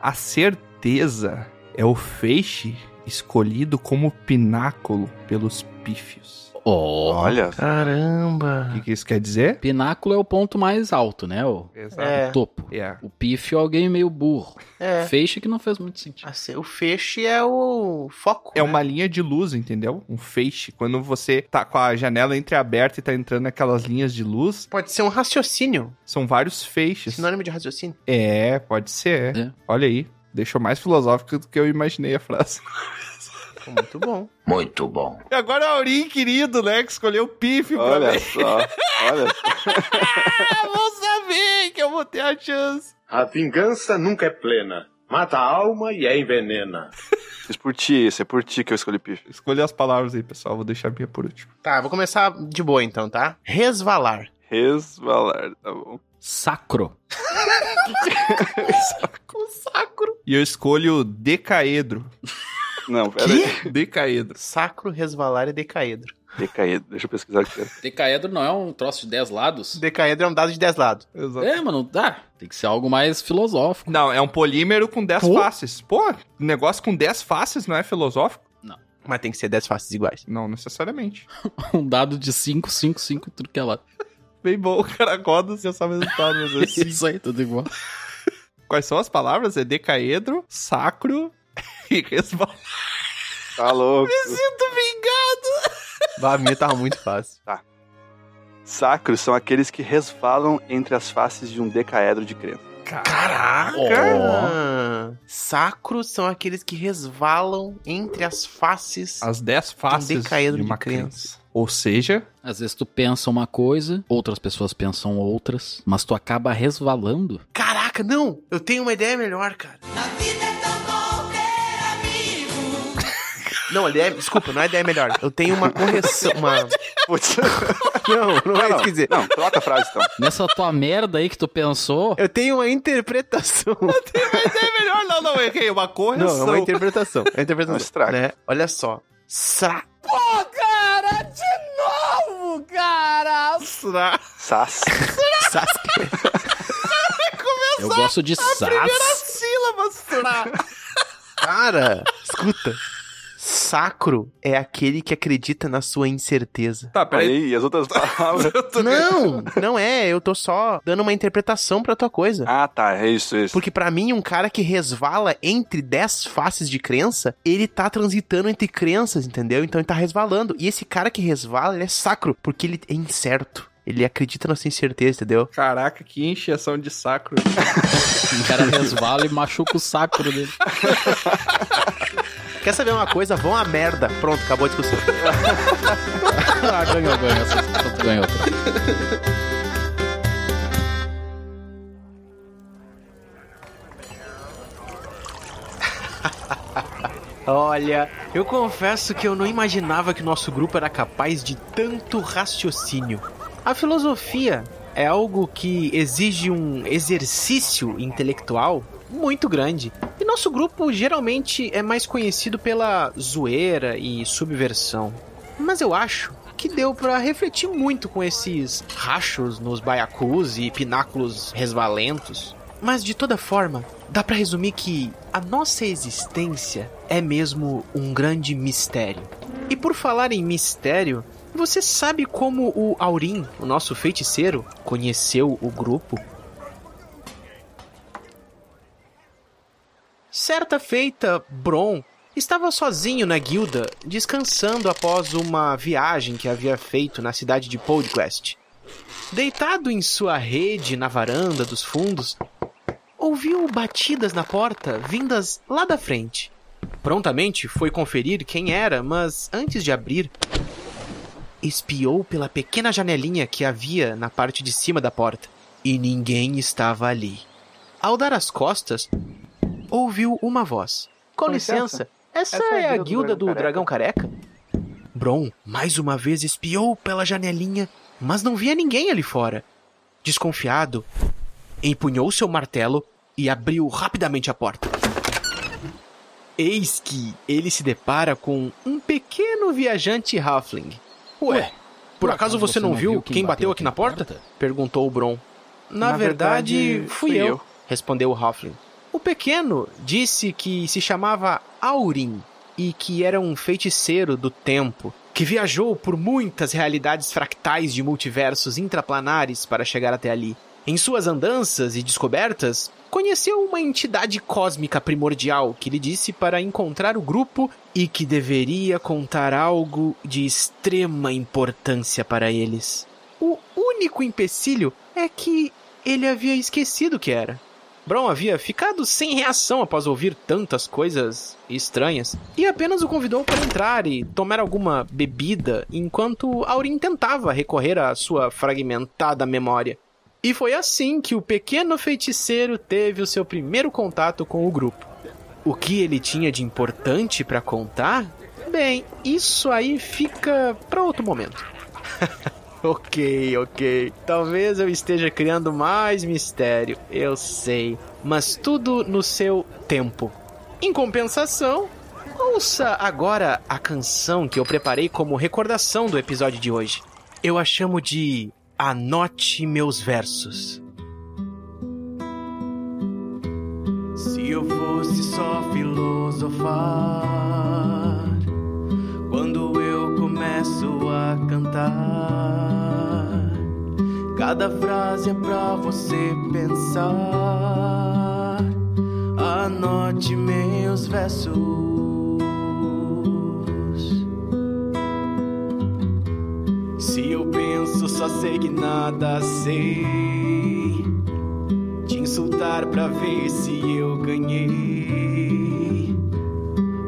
S1: A certeza é o feixe escolhido como pináculo pelos pífios.
S3: Oh.
S5: Olha.
S1: O
S2: Caramba.
S1: que, que isso quer dizer?
S3: Pináculo é o ponto mais alto, né? O
S2: É.
S3: topo.
S1: Yeah.
S3: O pífio é alguém meio burro.
S2: É.
S3: Feixe que não fez muito sentido.
S2: Assim, o feixe é o foco.
S1: É
S2: né?
S1: uma linha de luz, entendeu? Um feixe. Quando você tá com a janela entreaberta e tá entrando aquelas linhas de luz,
S2: Pode ser um raciocínio.
S1: são vários feixes.
S2: Sinônimo de raciocínio.
S1: É, pode ser.
S3: É.
S1: Olha aí. Deixou mais filosófico do que eu imaginei a frase.
S2: Ficou muito bom.
S18: Muito bom.
S1: E agora o Aurim, querido, né, que escolheu o pife pra
S5: Olha
S1: mim.
S5: só, olha
S1: Ah, vou saber que eu vou ter a chance.
S19: A vingança nunca é plena. Mata a alma e é envenena.
S5: Isso por ti, isso é por ti que eu escolhi pife.
S1: Escolhi as palavras aí, pessoal. Vou deixar a minha por último.
S2: Tá, vou começar de boa então, tá? Resvalar.
S5: Resvalar, tá bom.
S3: Sacro.
S2: Com sacro.
S1: E eu escolho decaedro.
S5: Não, peraí.
S1: Decaedro.
S2: Sacro, resvalar e decaedro.
S5: Decaído, deixa eu pesquisar o que é.
S3: Decaedro não é um troço de 10 lados?
S2: Decaedro é um dado de 10 lados.
S1: Exato.
S3: É, mano, dá. Tem que ser algo mais filosófico.
S1: Não, é um polímero com 10
S2: Pô.
S1: faces. Pô, negócio com 10 faces não é filosófico?
S2: Mas tem que ser 10 faces iguais.
S1: Não, necessariamente.
S3: Um dado de 5, 5, 5, tudo que é lado.
S1: Bem bom, o cara gosta já sabe o resultado, mas assim.
S3: Isso aí, tudo igual.
S1: Quais são as palavras? É decaedro, sacro e resvalar.
S5: Tá louco.
S1: Sinto vingado.
S2: Bah, a minha tava muito fácil.
S5: Sacros são aqueles que resvalam entre as faces de um decaedro de crença.
S1: Caraca!
S2: Ah, sacros são aqueles que resvalam entre as faces. um
S1: As 10 faces
S2: decaedro
S1: de uma
S2: de
S1: crença.
S2: crença.
S1: Ou seja,
S3: Às vezes tu pensa uma coisa, outras pessoas pensam outras, mas tu acaba resvalando.
S2: Caraca, não! Eu tenho uma ideia melhor, cara. Não, ideia, desculpa, não é ideia melhor. Eu tenho uma correção, uma...
S5: Putz.
S2: Não, não é
S5: Não,
S2: isso que dizer.
S5: não, troca a frase então.
S3: Nessa tua merda aí que tu pensou,
S2: Eu tenho uma interpretação.
S1: é melhor não, não, errei. Uma
S2: Não, é
S1: correção.
S2: uma interpretação. É uma interpretação.
S5: Não estraga.
S2: Né? Olha só. Sa...
S5: Sas.
S2: Sasuke.
S3: eu gosto de sas.
S1: sílaba, será?
S2: Cara, escuta. Sacro é aquele que acredita na sua incerteza.
S1: Tá, peraí.
S5: Ah, Peraí, e as outras palavras?
S2: Não, não é. Eu tô só dando uma interpretação pra tua coisa.
S5: Ah, tá, é isso, é isso.
S2: Porque pra mim, um cara que resvala entre 10 faces de crença, ele tá transitando entre crenças, entendeu? Então ele tá resvalando. E esse cara que resvala, ele é sacro, porque ele é incerto. Ele acredita na sua incerteza, entendeu?
S1: Caraca, que encheção de sacro.
S3: O Um cara resvala e machuca o sacro dele.
S2: Quer saber uma coisa? Vão a merda. Pronto, acabou a discussão.
S3: Ah, ganhou, ganhou. Essa tu ganhou.
S2: Olha, eu confesso que eu não imaginava que nosso grupo era capaz de tanto raciocínio. A filosofia é algo que exige um exercício intelectual muito grande. E nosso grupo geralmente é mais conhecido pela zoeira e subversão. Mas eu acho que deu pra refletir muito com esses rachos nos baiacus e pináculos resvalentos. Mas de toda forma, dá pra resumir que a nossa existência é mesmo um grande mistério. E por falar em mistério, você sabe como o Aurim, o nosso feiticeiro, conheceu o grupo? Certa feita, Bron estava sozinho na guilda, descansando após uma viagem que havia feito na cidade de Podcast. Deitado em sua rede na varanda dos fundos, ouviu batidas na porta vindas lá da frente. Prontamente foi conferir quem era, mas antes de abrir, espiou pela pequena janelinha que havia na parte de cima da porta. E ninguém estava ali. Ao dar as costas, ouviu uma voz. Com, licença, essa, é a guilda do Dragão Careca? Bron mais uma vez espiou pela janelinha, mas não via ninguém ali fora. Desconfiado, empunhou seu martelo e abriu rapidamente a porta. Eis que ele se depara com um pequeno viajante halfling. Ué, por, acaso, você não viu quem bateu aqui na porta? Perguntou o Bron. Na,
S5: Na
S2: verdade,
S5: verdade,
S2: fui,
S5: fui
S2: eu,
S5: eu.
S2: respondeu o halfling. O pequeno disse que se chamava Aurim e que era um feiticeiro do tempo que viajou por muitas realidades fractais de multiversos intraplanares para chegar até ali. Em suas andanças e descobertas, conheceu uma entidade cósmica primordial que lhe disse para encontrar o grupo e que deveria contar algo de extrema importância para eles. O único empecilho é que ele havia esquecido o que era.
S20: Brown havia ficado sem reação após ouvir tantas coisas estranhas e apenas o convidou para entrar e tomar alguma bebida enquanto Aurin tentava recorrer à sua fragmentada memória. E foi assim que o pequeno feiticeiro teve o seu primeiro contato com o grupo. O que ele tinha de importante para contar? Bem, isso aí fica para outro momento. Ok, ok. Talvez eu esteja criando mais mistério, eu sei. Mas tudo no seu tempo. Em compensação, ouça agora a canção que eu preparei como recordação do episódio de hoje. Eu a chamo de Anote Meus Versos.
S2: Se eu fosse só filosofar, quando eu começo a cantar. Cada frase é pra você pensar. Anote meus versos. Se eu penso, só sei que nada sei. Te insultar pra ver se eu ganhei.